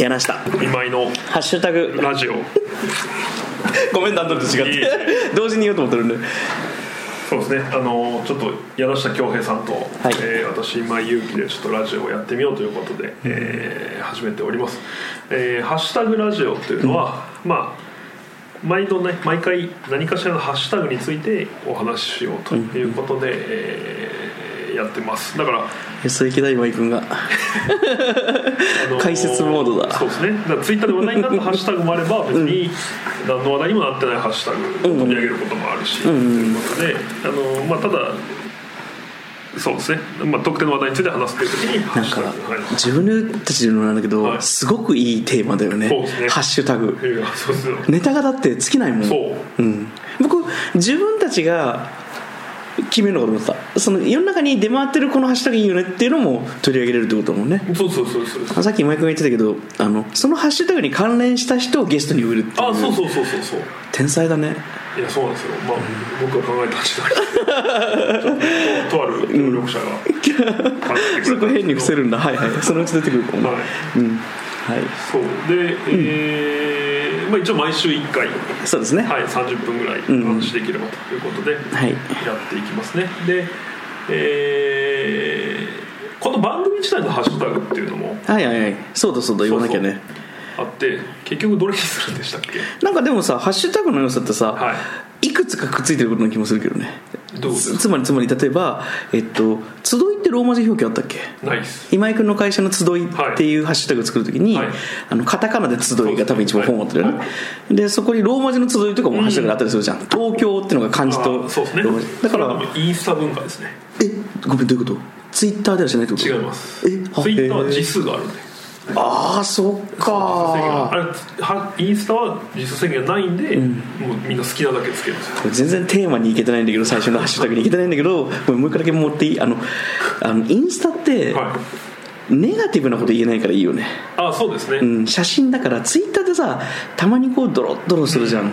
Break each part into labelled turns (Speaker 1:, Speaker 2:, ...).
Speaker 1: やらした
Speaker 2: 今井の
Speaker 1: ハッシュタグ
Speaker 2: ラジオ
Speaker 1: ごめん段取りと違って同時に言おうと思ってるんで
Speaker 2: そうですねあのちょっと柳下恭平さんと、
Speaker 1: い
Speaker 2: えー私今勇気でちょっとラジオをやってみようということで、えー始めております、えーハッシュタグラジオ」というのは、まあ毎度ね毎回何かしらのハッシュタグについてお話ししようということで、えーやってますだから
Speaker 1: 鈴木大今井君が
Speaker 2: あの
Speaker 1: 解説モードだ
Speaker 2: そうですねだからツイッターで話題になったハッシュタグもあれば別に何の話題にもなってないハッシュタグを取り上げることもあるし、ということであの、まあ、ただそうですね、まあ、特定の話題について話すという時にハ
Speaker 1: な
Speaker 2: ッ
Speaker 1: ん
Speaker 2: シュタ
Speaker 1: か
Speaker 2: グはい
Speaker 1: 自分たちで言うのもなんだけど、
Speaker 2: はい
Speaker 1: すごくいいテーマだよね
Speaker 2: そうですね
Speaker 1: ハッシュタグ
Speaker 2: いやそうですよ
Speaker 1: ネタがだって尽きないもん
Speaker 2: そう
Speaker 1: うん、僕自分たちが決めるのかと思ってたその世の中に出回ってるこのハッシュタグいいよねっていうのも取り上げれるってことだもんね
Speaker 2: そうそうそうそう
Speaker 1: さっき今井君が言ってたけどあのそのハッシュタグに関連した人をゲストに呼べるっていう
Speaker 2: あそうそうそうそうそう
Speaker 1: 天才だね
Speaker 2: いやそうなんですよ、まあ、僕が考えた話じゃないととある協力 者が考えてくれたんですけど
Speaker 1: そこ変に伏せるんだはいはいそのうち出てくるかも、
Speaker 2: はい
Speaker 1: うんはい
Speaker 2: そうで、えーまあ、一応毎週1回
Speaker 1: そうですね
Speaker 2: はい、30分ぐらいお話しできればということで、
Speaker 1: はい
Speaker 2: やっていきますねで、えーこの番組自体のハッシュタグっていうのも
Speaker 1: はいはいはいそうだそうだ言わなきゃね
Speaker 2: あって結局どれにするんでしたっけ
Speaker 1: なんかでもさハッシュタグの良さってさ、、
Speaker 2: はい
Speaker 1: くつかくっついてることな気もするけどね
Speaker 2: どうです
Speaker 1: つつまりつまり例えばえっと集いってローマ字表記あったっけ
Speaker 2: ナイス
Speaker 1: 今井君の会社の集いっていうハッシュタグ作るときに、
Speaker 2: はい
Speaker 1: あのカタカナで集いが多分一番本を持ってるよね、
Speaker 2: は
Speaker 1: でそこにローマ字の集いとかもハッシュタグであったりするじゃん、東京っていうのが漢字とロ
Speaker 2: あそうですね
Speaker 1: ーマ字だか
Speaker 2: それは
Speaker 1: ら
Speaker 2: もうインスタ文化ですね
Speaker 1: えごめんどういうことツイッターではしないってこと
Speaker 2: 違います
Speaker 1: えあ
Speaker 2: ツイッターは
Speaker 1: へえ
Speaker 2: 字数があるんで
Speaker 1: ああそっ
Speaker 2: あ
Speaker 1: か
Speaker 2: れはインスタは字数制限がないんで、もうみんな好きなだけつけるんですよ
Speaker 1: 全然テーマにいけてないんだけど最初のハッシュタグにいけてないんだけどごめんもう一回だけ持っていいあのあのインスタって
Speaker 2: はい
Speaker 1: ネガティブなこと言えないからいいよね、
Speaker 2: あそうですね、
Speaker 1: うん、写真だからツイッターでさたまにこうドロッドロするじゃん、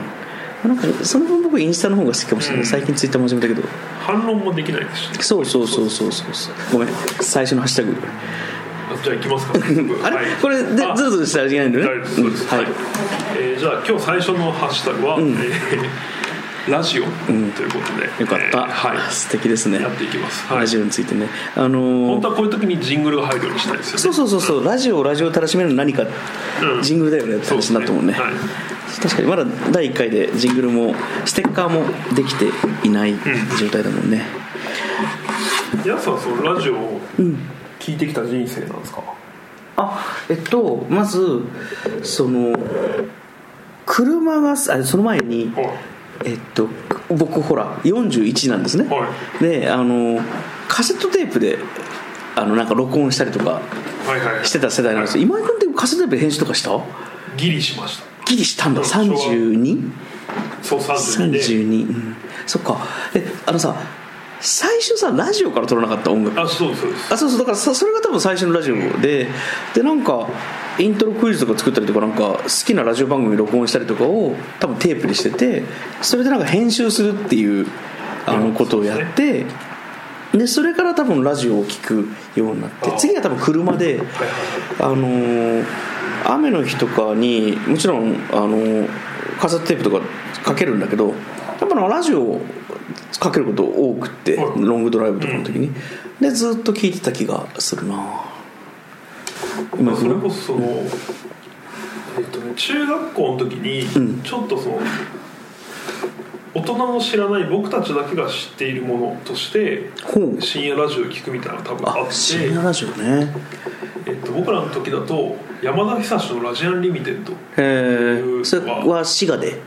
Speaker 1: なんかその分僕インスタの方が好きかもしれない、最近ツイッターも始めたけど
Speaker 2: 反論もできないですし、ね、
Speaker 1: そうそうそうそうそうそうごめん最初のハッシュタグ
Speaker 2: あじゃあ行き ますか
Speaker 1: あれ、
Speaker 2: はい
Speaker 1: これで
Speaker 2: あ
Speaker 1: ズルズルしたらいけないんだよ
Speaker 2: 大
Speaker 1: ね
Speaker 2: 丈夫そうです、
Speaker 1: うんは
Speaker 2: はいいえーじゃあ今日最初のハッシュタグは、えーラジオということで、
Speaker 1: よかっ
Speaker 2: え
Speaker 1: た、
Speaker 2: ーはい
Speaker 1: 素敵ですね
Speaker 2: やっていきます、はい
Speaker 1: ラ、ジオについてねあのー
Speaker 2: 本当はこういう時にジングルが入るようにしたいですよね
Speaker 1: そうそうそうそうラジオをラジオをたらしめるの何か、
Speaker 2: うん
Speaker 1: ジングルだよねって
Speaker 2: そうで
Speaker 1: 話
Speaker 2: す
Speaker 1: になったもんね
Speaker 2: はい
Speaker 1: 確かにまだ第1回でジングルもステッカーもできていない状態だもんね、
Speaker 2: 皆さんそのラジオを聞いてきた人生なんですか、
Speaker 1: あえっとまずその車があその前に
Speaker 2: はい
Speaker 1: えっと僕ほら41なんですね、
Speaker 2: は
Speaker 1: であのカセットテープであのなんか録音したりとか
Speaker 2: はいはいはい
Speaker 1: してた世代なんですよ今井君ってカセットテープで編集とかした
Speaker 2: ギリしました
Speaker 1: ギリしたんだ
Speaker 2: うん昭和
Speaker 1: 32?
Speaker 2: そう32で
Speaker 1: 32、うん、そっかえあのさ最初さラジオから撮らなかった音楽
Speaker 2: あそうですそうです
Speaker 1: あそうそうだからさそれが多分最初のラジオででなんかイントロクイズとか作ったりとかなんか好きなラジオ番組録音したりとかを多分テープにしててそれでなんか編集するっていうあ
Speaker 2: う
Speaker 1: の
Speaker 2: ん
Speaker 1: ことをやってでそれから多分ラジオを聴くようになって
Speaker 2: あー
Speaker 1: 次は多分車で
Speaker 2: はいはい
Speaker 1: あのー雨の日とかにもちろん、あのーカセットテープとかかけるんだけどやっぱなんかラジオをかけること多くって
Speaker 2: はい
Speaker 1: ロングドライブとかの時に、でずっと聞いてた気がするな今
Speaker 2: それこそ、えっとね、中学校の時にちょっとその、大人も知らない僕たちだけが知っているものとして
Speaker 1: ほう
Speaker 2: 深夜ラジオ聞くみたいなのが多分あ
Speaker 1: あ
Speaker 2: って
Speaker 1: 深夜ラジオね
Speaker 2: えっと、僕らの時だと山田久志の「ラジアンリミテッド
Speaker 1: えー、それは滋賀で」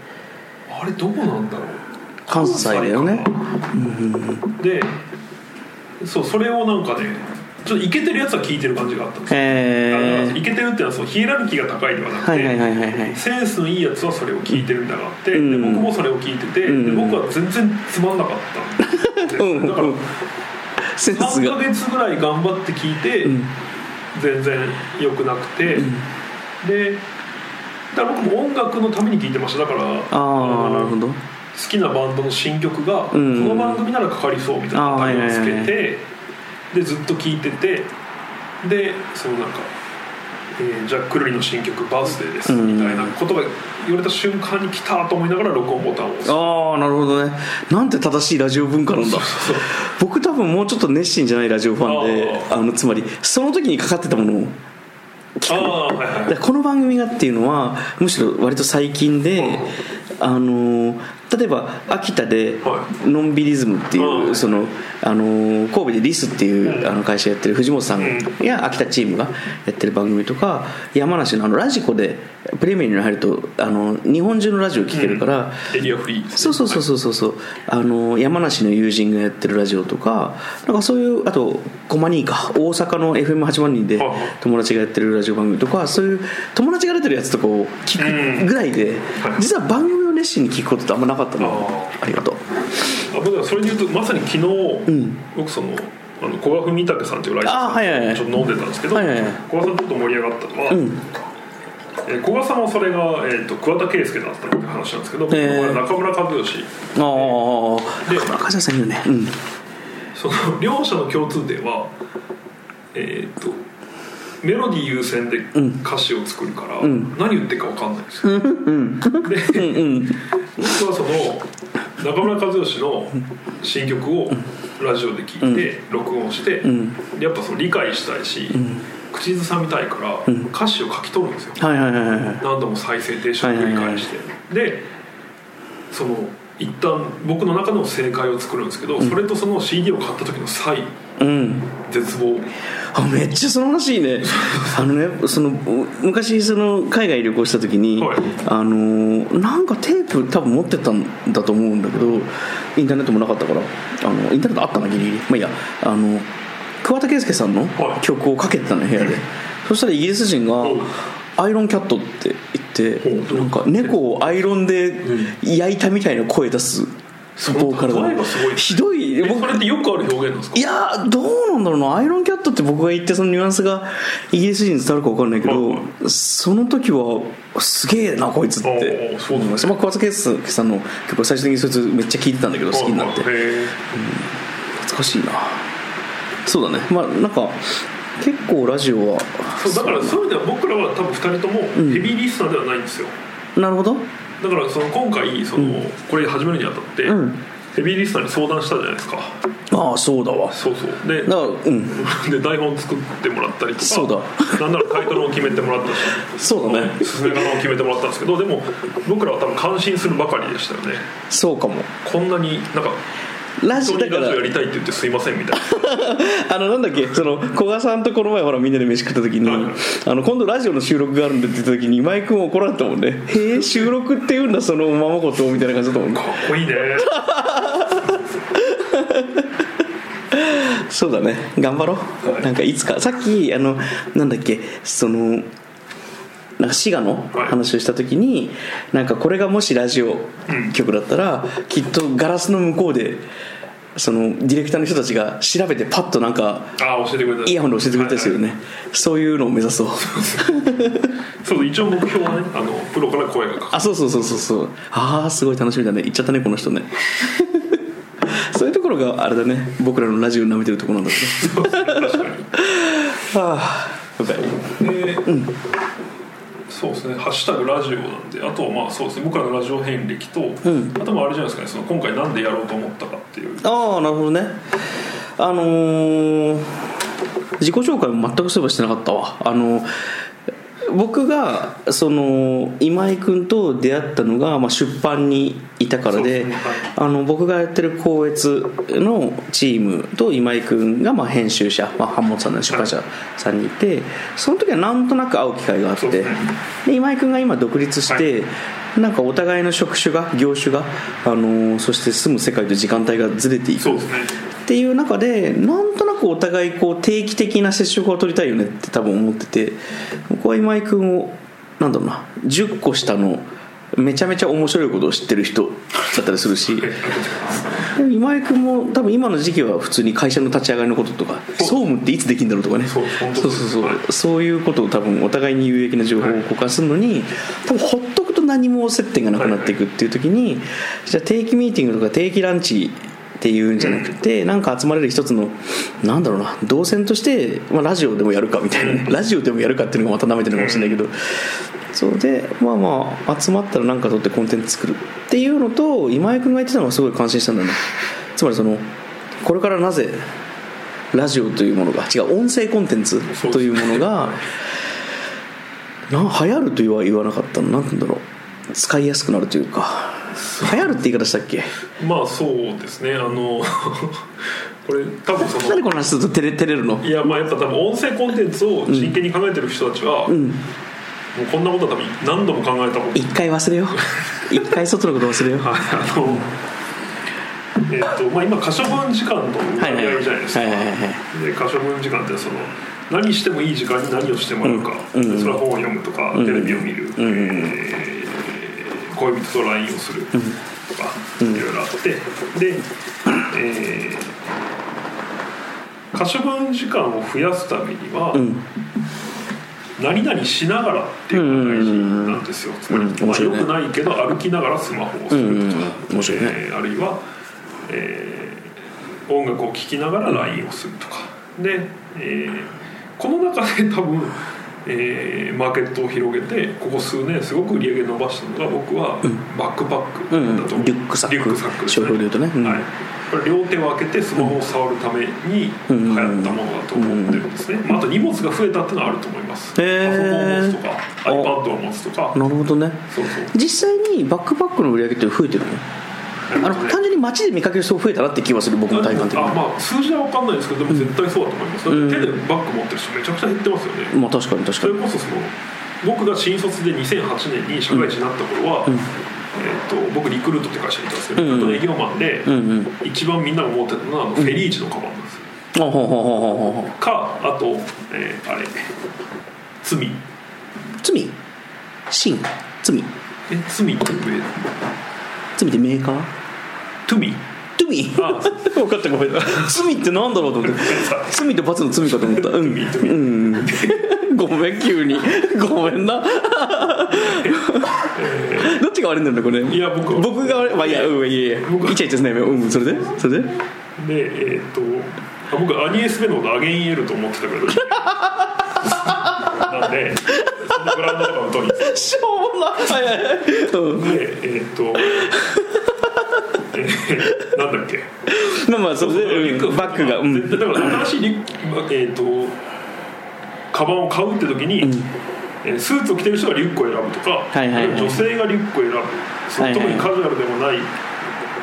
Speaker 2: あれどこなんだろう
Speaker 1: 関西だよね
Speaker 2: 関西かなでそうそれをなんかねちょっとイケてるやつは聞いてる感じがあったんですよ
Speaker 1: えー
Speaker 2: イケてるっていうのはそのヒエラルキーが高いではなくて、
Speaker 1: はいはいはいはいはい
Speaker 2: センスのいいやつはそれを聞いてるんだがあって、
Speaker 1: うん
Speaker 2: で僕もそれを聞いてて、
Speaker 1: うん
Speaker 2: で僕は全然つまんなかったんです
Speaker 1: うん
Speaker 2: だから
Speaker 1: うんセンス
Speaker 2: 3
Speaker 1: が
Speaker 2: ヶ月ぐらい頑張って聞いて、
Speaker 1: ん
Speaker 2: 全然良くなくて、でだから僕も音楽のために聞いてましただから
Speaker 1: ああなるほ
Speaker 2: 好
Speaker 1: ど
Speaker 2: きなバンドの新曲が、
Speaker 1: うん
Speaker 2: この番組ならかかりそうみたいな
Speaker 1: あーはい
Speaker 2: タイ
Speaker 1: はい
Speaker 2: を
Speaker 1: はい
Speaker 2: つけてでずっと聞いててでそのなんかえーじゃあくるりの新曲「バースデーです」みたいなことが言われた瞬間に来たと思いながら録音ボタンを押す
Speaker 1: ああなるほどねなんて正しいラジオ文化なんだ僕多分もうちょっと熱心じゃないラジオファンで
Speaker 2: あ
Speaker 1: あのつまりその時にかかってたものを
Speaker 2: ああはいはい
Speaker 1: だからこの番組がっていうのはむしろ割と最近で、あのー例えば秋田で
Speaker 2: は
Speaker 1: のんびりズムっていう、
Speaker 2: うん
Speaker 1: そのあのー神戸でリスっていう、
Speaker 2: うん
Speaker 1: あの会社やってる藤本さんや秋田チームがやってる番組とか山梨のあのラジコでプレミアムに入るとあの日本中のラジオ聴けるから。
Speaker 2: エリアフリーで
Speaker 1: そ
Speaker 2: す
Speaker 1: うそうそうそうそうそうあの山梨の友人がやってるラジオとかなんかそういうあとコマニーか大阪の FM802 で
Speaker 2: はいはい
Speaker 1: 友達がやってるラジオ番組とかそういう友達が出てるやつとかを聞くぐらいで
Speaker 2: はい
Speaker 1: 実は番組を熱心に聞くことってあんまなかったの
Speaker 2: あ
Speaker 1: ありがとう
Speaker 2: あ僕はそれで言うとまさに昨日、僕そのあの古賀文武さんというライターさん
Speaker 1: あはいはいはい
Speaker 2: ちょっと飲んでたんですけど、
Speaker 1: はいはいはい
Speaker 2: 古賀さんちょっと盛り上がったのは、
Speaker 1: ん
Speaker 2: えー古賀さんはそれが、えー、と桑田佳祐だったっていう話なんですけど、僕
Speaker 1: へー
Speaker 2: は中村和義
Speaker 1: ああ
Speaker 2: で
Speaker 1: 中村和也さんいるねうん
Speaker 2: その両者の共通点はえっ、とメロディー優先で歌詞を作るから、何言ってるか分かんないんですよ、で、僕はその中村和義の新曲をラジオで聴いて録音して、やっぱその理解したいし、口ずさみたいから歌詞を書き取るんですよ、
Speaker 1: はいはいはいはいはい
Speaker 2: 何度も再生停止を繰り返して、でその一旦僕の中の正解を作るんですけど、それとその CD を買った時の差異
Speaker 1: うん
Speaker 2: 絶望
Speaker 1: あめっちゃその話いいねあのねそのう昔その海外旅行した時に、
Speaker 2: はい
Speaker 1: あのーなんかテープ多分持ってったんだと思うんだけどインターネットもなかったからあのインターネットあったなギリギリまあいいやあの桑田佳祐さんの
Speaker 2: はい
Speaker 1: 曲をかけてたの部屋で、そしたらイギリス人が
Speaker 2: うん
Speaker 1: 「アイロンキャット」って言って、
Speaker 2: うん
Speaker 1: なんか猫をアイロンで焼いたみたいな声出す
Speaker 2: その
Speaker 1: ボーカル
Speaker 2: 例え
Speaker 1: の
Speaker 2: がすごい
Speaker 1: ひどい
Speaker 2: えそれってよくある表現なんですか
Speaker 1: いやーどうなんだろうなアイロンキャットって僕が言ってそのニュアンスがイギリス人に伝わるか分かんないけ
Speaker 2: は
Speaker 1: どその時はすげえなこいつっ
Speaker 2: あ
Speaker 1: て
Speaker 2: あそうなんですね
Speaker 1: まあ桑田佳祐さんの曲を最終的にそいつめっちゃ聴いてたんだけど好きになって
Speaker 2: はい
Speaker 1: 懐
Speaker 2: へ
Speaker 1: かしいなそうだねまあなんか結構ラジオは
Speaker 2: ーそうだからそういう意味では僕らは多分2人ともヘビーリスナーではないんですよ、
Speaker 1: なるほど
Speaker 2: だからその今回その、これ始めるにあたって、
Speaker 1: うん
Speaker 2: ヘビーリスナーに相談したじゃないですか
Speaker 1: ああそうだわ
Speaker 2: そうそうで
Speaker 1: だからうん
Speaker 2: で台本作ってもらったりとか
Speaker 1: そうだ
Speaker 2: なんならタイトルも決めてもらったし
Speaker 1: そうだね
Speaker 2: 進め方も決めてもらったんですけどでも僕らは多分感心するばかりでしたよね
Speaker 1: そうかも
Speaker 2: こんなになんか
Speaker 1: ラジ
Speaker 2: 本
Speaker 1: オ
Speaker 2: 当
Speaker 1: だ
Speaker 2: に
Speaker 1: か
Speaker 2: ラジオや
Speaker 1: ら
Speaker 2: りたいって言ってすいませんみたいな
Speaker 1: あのなんだっけその古賀さんとこの前ほらみんなで飯食った時に
Speaker 2: はいはい
Speaker 1: あの今度ラジオの収録があるんでって言った時に今井君怒られたもんね「へえ収録って言うんだそのおままごと」みたいな感じだったもんね
Speaker 2: かっこいいね
Speaker 1: そうだね頑張ろう、
Speaker 2: はい
Speaker 1: なんかいつかさっきあのなんだっけそのなんか滋賀の
Speaker 2: はい
Speaker 1: 話をした時に、なんかこれがもしラジオ局だったら、きっとガラスの向こうでそのディレクターの人たちが調べてパッとなんか
Speaker 2: ああ教えてくれた
Speaker 1: イヤホンで教えてくれたりするよね、そういうのを目 指そう
Speaker 2: そうそう一応目標はねあのプロから声がかか
Speaker 1: あそうそうそうそうそうああすごい楽しみだね行っちゃったねこの人ね そういうところがあれだね僕らのラジオ舐めてるところなんだけ
Speaker 2: る確か
Speaker 1: どは あやばい
Speaker 2: にで、そうですね「ハッシュタグラジオ」なんであとはまあそうですね僕らのラジオ遍歴と、あともあれじゃないですかねその今回なんでやろうと思ったかっていう
Speaker 1: ああなるほどねあのー自己紹介も全くそういえばしてなかったわあの僕がその今井君と出会ったのが、まあ、出版にいたからで
Speaker 2: そうですね
Speaker 1: あの僕がやってる光悦のチームと今井君がまあ編集者、まあ、版本さんの出版社さんにいてその時はなんとなく会う機会があっ
Speaker 2: そうで
Speaker 1: て
Speaker 2: すね
Speaker 1: で今井君が今独立して、なんかお互いの職種が業種が、あのーそして住む世界と時間帯がずれていく
Speaker 2: そうですね
Speaker 1: っていう中でなんとなくお互いこう定期的な接触を取りたいよねって多分思ってて僕は今井君をなんだろうな10個下のめちゃめちゃ面白いことを知ってる人 だったりするし
Speaker 2: えありがとうございます
Speaker 1: でも今井君も多分今の時期は普通に会社の立ち上がりのこととか総務っていつできるんだろうとかね
Speaker 2: そう本当
Speaker 1: そうそうそう、そういうことを多分お互いに有益な情報を交換するのに、多分ほっとくと何も接点がなくなっていくっていう時に、じゃあ定期ミーティングとか定期ランチっていうんじゃなくて、なんか集まれる一つのなんだろうな動線として、まあ、ラジオでもやるかみたいなね、ラジオでもやるかっていうのがまた舐めてるのかもしれないけど、そうでまあまあ集まったら何か撮ってコンテンツ作るっていうのと今井君が言ってたのがすごい感心したんだよねつまりそのこれからなぜラジオというものが違う音声コンテンツ
Speaker 2: そうですね
Speaker 1: というものがな流行るとは言わなかったのなんて言うんだろう使いやすくなるというか流行るって言い方したっけ
Speaker 2: まあそうですねあの これ多分そ
Speaker 1: なんで
Speaker 2: の
Speaker 1: この話すると照れ照れるの
Speaker 2: いやまあやっぱ多分音声コンテンツを真剣に考えてる人たちは、もうこんなことは多分何度も考え たこと
Speaker 1: 一回忘れよう一回外のこと忘れよう
Speaker 2: はいあのえっとまあ今可処分時間と
Speaker 1: はいはい
Speaker 2: 割合じゃないですか、
Speaker 1: はいはいはいはい
Speaker 2: で可処分時間ってその何してもいい時間に何をしてもらうか、
Speaker 1: うんうん
Speaker 2: でそれは本を読むとか、
Speaker 1: ん
Speaker 2: テレビを見る、
Speaker 1: んうんうん
Speaker 2: えー恋人と LINE をするとか、いろいろあってで、えー可処分時間を増やすためには、
Speaker 1: うん
Speaker 2: 何々しながらっていうのが大事なんですよ、つまり、
Speaker 1: うん面
Speaker 2: まあ、
Speaker 1: 白い
Speaker 2: よ
Speaker 1: ね
Speaker 2: くないけど歩きながらスマホをするとか、
Speaker 1: うんうんうん面白いね
Speaker 2: えーあるいは、えー音楽を聴きながら LINE をするとかで、えーこの中で多分、えーマーケットを広げてここ数年すごく売り上げ伸ばしたのが僕はバックパックだと
Speaker 1: うんうん
Speaker 2: 思う、
Speaker 1: リュックサック
Speaker 2: リュックサックです
Speaker 1: 商
Speaker 2: ね
Speaker 1: 標でいうとねうん
Speaker 2: はい、これ両手を開けてスマホを触るために流行ったものだと思ってるんですね、まあ、あと荷物が増えたっていうのはあると思いますパソコ
Speaker 1: へー
Speaker 2: ンを持つとか iPad を持つとか
Speaker 1: なるほどね
Speaker 2: そうそう
Speaker 1: 実際にバックパックの売り上げって増えてるのあの単純に街で見かける人が増えたなって気はする僕の体感的に
Speaker 2: あまあ数字は分かんないですけどでも絶対そうだと思います、だって手でバッグ持ってる人めちゃくちゃ減ってますよね、
Speaker 1: まあ確かに確
Speaker 2: そ
Speaker 1: か
Speaker 2: れ
Speaker 1: に
Speaker 2: こそその僕が新卒で2008年に社会人になった頃は、えー、と僕リクルートって会社にいたんですけど、
Speaker 1: うんうん
Speaker 2: リクルートの営業マンで、
Speaker 1: うんうん
Speaker 2: 一番みんなが持ってたのはあのフェリーチのカバンなんです
Speaker 1: あ
Speaker 2: よ
Speaker 1: ほうほうほうほうほうほう
Speaker 2: かあと、えーあれ罪
Speaker 1: 罪真罪
Speaker 2: え罪って上
Speaker 1: 罪ってメーカー
Speaker 2: トゥミ
Speaker 1: 罪
Speaker 2: あ
Speaker 1: 分かったごめん罪ってなんだろうと思って 罪と罰の罪かと思ったうん
Speaker 2: 罪罪
Speaker 1: うんごめん急にごめんなどっちが悪いんだろうねこれ
Speaker 2: いや僕
Speaker 1: 僕が悪いまあいやうんいやいや
Speaker 2: 僕
Speaker 1: イチャイチャしないようんそれでそれで
Speaker 2: でえっ、とあ僕アニエスベのことアゲインエルと思ってたけど なんでそのブランドとかを取り
Speaker 1: しょうもないはいはいはいうん
Speaker 2: でえっ、と、えーなんだっけ
Speaker 1: まあまあそれでうんバッグがう
Speaker 2: 絶
Speaker 1: ん
Speaker 2: 対だから新しいリュえー、とカバンを買うって時に、えースーツを着てる人がリュックを選ぶとか、
Speaker 1: いはいはい
Speaker 2: 女性がリュックを選ぶそ
Speaker 1: はいはい
Speaker 2: の特にカジュアルでもない、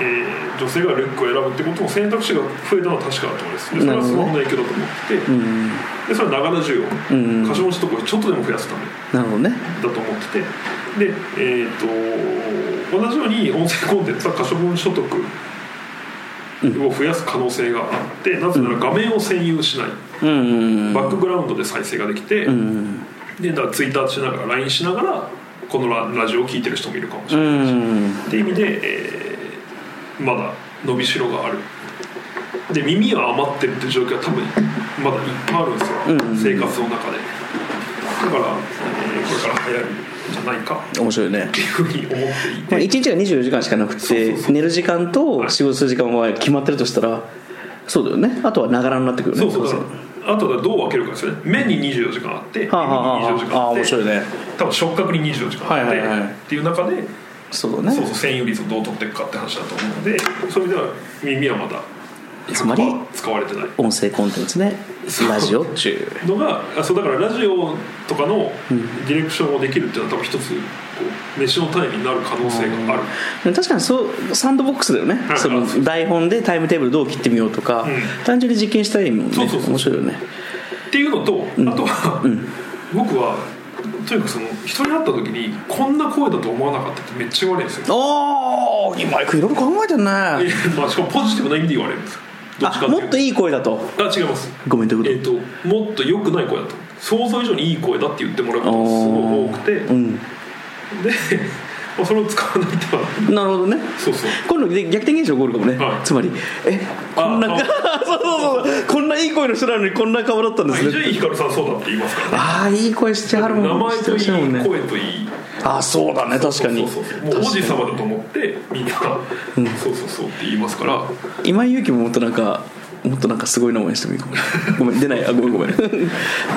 Speaker 2: えー女性がリュックを選ぶってことも選択肢が増えたのは確かだと思いますでそれはスマホの影響だと思ってて、でそれは長ら中を
Speaker 1: ん
Speaker 2: 貸し持ちとこちょっとでも増やすため
Speaker 1: なるほどね
Speaker 2: だと思っててでえっ、と同じように音声コンテンツは可処分所得を増やす可能性があって、なぜなら画面を占有しない、
Speaker 1: うんうん
Speaker 2: バックグラウンドで再生ができて、
Speaker 1: うん
Speaker 2: でだからツイッターしながら LINE しながらこのララジオを聴いてる人もいるかもし
Speaker 1: う
Speaker 2: れない、
Speaker 1: ん
Speaker 2: っていう意味で、えーまだ伸びしろがあるで耳は余ってるって状況は多分まだいっぱいあるんですよ、生活の中でだから、えーこれから流行るんじゃないか
Speaker 1: 面白いね
Speaker 2: っていうふうに思ってい
Speaker 1: まあ、
Speaker 2: て、
Speaker 1: 1日が24時間しかなく
Speaker 2: そう
Speaker 1: て
Speaker 2: そうそう
Speaker 1: 寝る時間と仕事する時間は決まってるとしたらそうだよねあとはながらになってくるよ
Speaker 2: そ
Speaker 1: ね
Speaker 2: う
Speaker 1: そ
Speaker 2: そうだか
Speaker 1: う
Speaker 2: らあとはどう分けるかですよね目に24時間あって耳に
Speaker 1: はあはあはあ
Speaker 2: 24時間あ
Speaker 1: あ
Speaker 2: っ
Speaker 1: 面
Speaker 2: て
Speaker 1: 白いね
Speaker 2: 多分触覚に24時間あって、
Speaker 1: はいはいはい
Speaker 2: っていう中で
Speaker 1: そうだ
Speaker 2: そう
Speaker 1: ね
Speaker 2: そう占有率をどう取っていくかって話だと思うのでそういう意味では耳はまだ
Speaker 1: つまり
Speaker 2: 100%使われてない
Speaker 1: 音声コンテンツね
Speaker 2: そう
Speaker 1: ラジオっちゅ
Speaker 2: のがあそうだからラジオとかのディレクションをできるっていうのは多分一つこう飯の種になる可能性がある、
Speaker 1: う確かにそうサンドボックスだよね
Speaker 2: うん
Speaker 1: その台本でタイムテーブルどう切ってみようとか、
Speaker 2: ん
Speaker 1: 単純に実験したいもんね
Speaker 2: そうそうそう
Speaker 1: 面白いよね
Speaker 2: っていうのと、あとは、僕はとにかくその人に会った時にこんな声だと思わなかったってめっちゃ言われるんですよ
Speaker 1: おー今井君いろいろ考えてるね
Speaker 2: えまあしかもポジティブな意味で言われるんですよどっちか
Speaker 1: あ
Speaker 2: って
Speaker 1: も
Speaker 2: い
Speaker 1: っ
Speaker 2: う
Speaker 1: といい声だと
Speaker 2: とあ違います
Speaker 1: ごめんどう
Speaker 2: え
Speaker 1: いう
Speaker 2: っ、
Speaker 1: こと
Speaker 2: もっと良くない声だと想像以上にいい声だって言ってもらうことがすごい多くて、
Speaker 1: うん
Speaker 2: であそれを使わないとは
Speaker 1: なるほどね
Speaker 2: そうそう
Speaker 1: 今度で逆転現象起こるかもね、
Speaker 2: はい
Speaker 1: つまりえこんな
Speaker 2: あ
Speaker 1: そうそうそうこんないい声の人なのにこんな顔だったんです
Speaker 2: 伊
Speaker 1: ね
Speaker 2: 集院光さんそうだって言いますからね
Speaker 1: ああいい声してはるもん
Speaker 2: 名前とい
Speaker 1: してるもん
Speaker 2: い
Speaker 1: ね
Speaker 2: 声といい
Speaker 1: ああそうだね確かに
Speaker 2: そうそうそうもう王子様だと思ってみんなそうそうそうって言いますから
Speaker 1: 今井勇気ももっとなんかもっとなんかすごい名前してもいいかも ごめん出ないあごめんごめんわか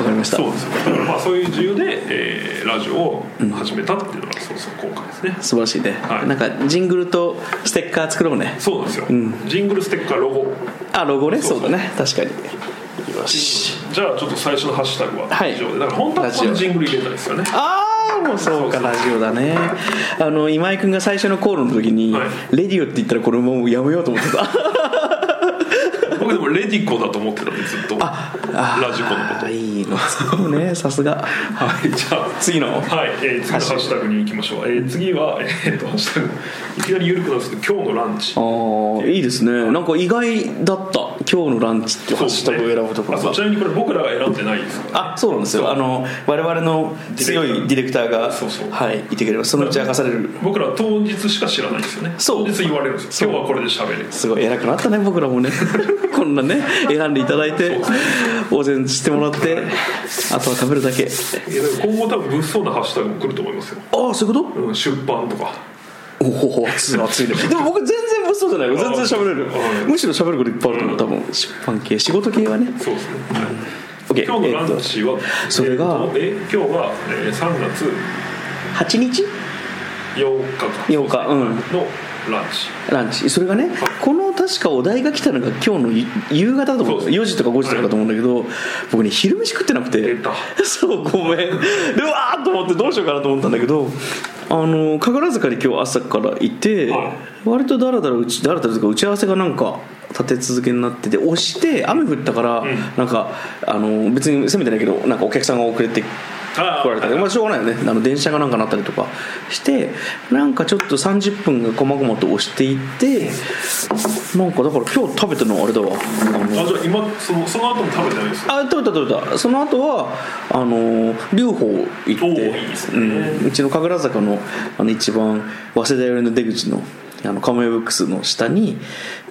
Speaker 1: りました
Speaker 2: そうですよだからまあそういう自由で、えーラジオを始めたっていうのがそうそう今回ですね
Speaker 1: 素晴らしいね、
Speaker 2: はい
Speaker 1: なんかジングルとステッカー作ろうね
Speaker 2: そうなんですよ、ジングルステッカーロゴ
Speaker 1: あロゴね
Speaker 2: そ
Speaker 1: そうう
Speaker 2: そう
Speaker 1: だね確かによし
Speaker 2: じゃあちょっと最初のハッシュタグは
Speaker 1: はい
Speaker 2: 以上で、だから本当はこ
Speaker 1: ラ
Speaker 2: こ
Speaker 1: ジオ
Speaker 2: にジングル入れたいですよね
Speaker 1: ああもうそうかラジオだねあの今井君が最初のコールの時に「
Speaker 2: はい
Speaker 1: レディオ」って言ったらこれもうやめようと思ってた
Speaker 2: 僕でもレディコだと思ってたんでずっとラジコのこと
Speaker 1: あーいいの使うねさすが
Speaker 2: はいじゃあ
Speaker 1: 次の
Speaker 2: はい、えー、次のハッシュタグに行きましょう、えー、次は、えー、とハッシュタグいきなり緩くなるんですけど「今日のランチ」
Speaker 1: あーいいですねなんか意外だった「今日のランチ」っていうハッシュタグを選ぶところ
Speaker 2: あそう
Speaker 1: が
Speaker 2: ちなみにこれ僕らが選んでないですから、ね、
Speaker 1: あそうなんですよあの我々の強いディレクターが
Speaker 2: そうそう
Speaker 1: はいいてくれますそのうち明かされる
Speaker 2: 僕ら当日しか知らないんですよね
Speaker 1: そう
Speaker 2: 当日言われるんですよ今日はこれで喋れ
Speaker 1: すごい偉くなったね僕らも ねこんなね選んでいただいてお膳してもらってあとは食べるだけ
Speaker 2: いやでも今後多分物騒なハッシュタグも来ると思いますよ、
Speaker 1: ああそういうこと
Speaker 2: うん、出版とか
Speaker 1: おお熱い熱いね でも僕全然物騒じゃないよ全然喋れる
Speaker 2: あ
Speaker 1: むしろ喋ることいっぱいあると思う多分出版系仕事系はね
Speaker 2: そうですね、
Speaker 1: OK
Speaker 2: 今日のランチは、
Speaker 1: それが
Speaker 2: えーとえ今日は、えー、3月
Speaker 1: 8日
Speaker 2: 8日か
Speaker 1: 8日うん
Speaker 2: のランチ
Speaker 1: ランチそれがねこの確かお題が来たのが今日の夕夕方だと思う
Speaker 2: そうそう
Speaker 1: 4時とか5時とかだと思うんだけど僕ね昼飯食ってなくて
Speaker 2: 出た
Speaker 1: そうごめんでうわーっと思ってどうしようかなと思ったんだけどあの神楽坂に今日朝からいて
Speaker 2: はい
Speaker 1: 割とだらだらうちだらだらというか打ち合わせがなんか立て続けになってて押して雨降ったからなんかあの別に責めてないけどなんかお客さんが遅れて
Speaker 2: あー
Speaker 1: 来られたまあしょうがないよねあの電車がなんかなったりとかしてなんかちょっと30分がこまごまと押していってなんかだから今日食べたのあれだわあ
Speaker 2: あじゃ
Speaker 1: の
Speaker 2: あ今そのその後も食べてないですよ
Speaker 1: あ食べた食べたその後はあの両方行って
Speaker 2: おーいいですね
Speaker 1: うん、うちの神楽坂のあの一番早稲田寄りの出口のあのカムヤブックスの下に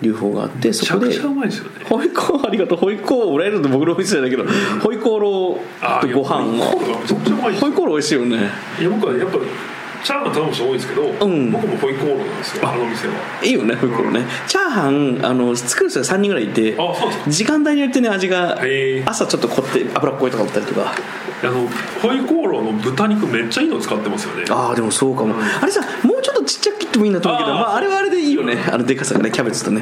Speaker 1: 両方があって
Speaker 2: めち
Speaker 1: そ
Speaker 2: ゃ
Speaker 1: こ
Speaker 2: く
Speaker 1: で
Speaker 2: ちゃうまいですよね
Speaker 1: ホイコーありがとうホイコー俺らの僕のお店じゃないけどホイコーロー
Speaker 2: あ
Speaker 1: とご飯
Speaker 2: いやホイコーロー
Speaker 1: を
Speaker 2: がめちゃくちゃうまいです
Speaker 1: ホイコーロー美味しいよね
Speaker 2: いや僕はやっぱチャーハン頼む人多いですけど、
Speaker 1: ん
Speaker 2: 僕もホイコーローなんですよあの店はい
Speaker 1: いよねホイコーローねチャーハンあの作る人が3人ぐらいいて
Speaker 2: あそうですか
Speaker 1: 時間帯によってね味が
Speaker 2: へー
Speaker 1: 朝ちょっと凝って脂っこいとかだったりとか
Speaker 2: あのホイコーローの豚肉めっちゃいいの使ってますよね
Speaker 1: ああでもそうかも、あれさもうちょっとちっちゃく切ってもいいなと思うけど
Speaker 2: あー
Speaker 1: まあ、あれはあれでいいよねあのでかさがねキャベツとね、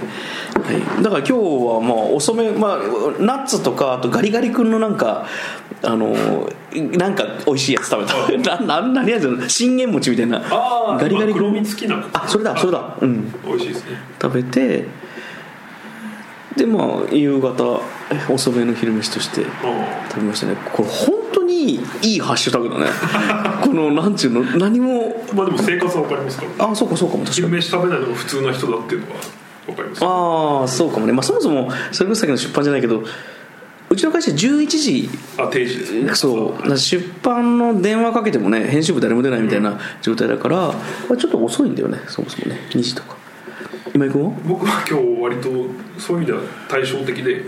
Speaker 1: はい、だから今日はまあ遅め、まあ、ナッツとかあとガリガリ君のなんかあのーなんか美味しいやつ食べたなな何やつだろう信玄餅みたいな
Speaker 2: あー
Speaker 1: ガリガリ
Speaker 2: まあ黒
Speaker 1: 君
Speaker 2: 蜜きな粉
Speaker 1: あそれだそれだうん
Speaker 2: 美味しいですね
Speaker 1: 食べてでまあ夕方え遅めの昼飯として
Speaker 2: うん
Speaker 1: 食べましたねこれ本当にいいハッシュタグ だねこのなんちゅうの何も
Speaker 2: まあでも生活は分かりますから
Speaker 1: あそうかそうかも確か
Speaker 2: 昼
Speaker 1: に
Speaker 2: 飯食べないのが普通な人だっていうのは分かります
Speaker 1: ああそうかもねまあそもそもそれこそさっきの出版じゃないけどうちの会社11時
Speaker 2: あ定時ですね
Speaker 1: そうだから出版の電話かけてもね編集部誰も出ないみたいな状態だから、これちょっと遅いんだよねそもそもね2時とか今井君は
Speaker 2: 僕は今日割とそういう意味では対照的で、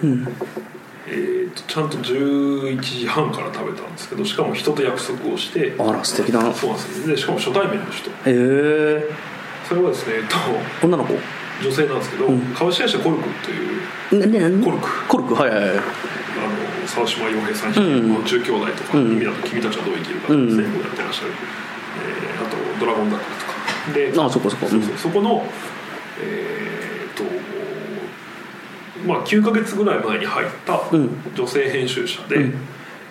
Speaker 2: えーとちゃんと11時半から食べたんですけどしかも人と約束をして
Speaker 1: あら素敵だなへ
Speaker 2: そうなんですよでしかも初対面の人
Speaker 1: えー、
Speaker 2: それはですね、えっと、
Speaker 1: 女の子
Speaker 2: 女性なんですけど、株式会社コルクという
Speaker 1: ねね
Speaker 2: コルク
Speaker 1: コルクはいはいはい
Speaker 2: あの沢島洋平さん率いるの中兄弟とか、海だと君たちはどう生きるかとかですね、こうやってらっしゃる、えーあと「ドラゴンダック」とかで
Speaker 1: あそこそこ
Speaker 2: そうそうそこのえーっとまあ9か月ぐらい前に入った
Speaker 1: うん
Speaker 2: 女性編集者で、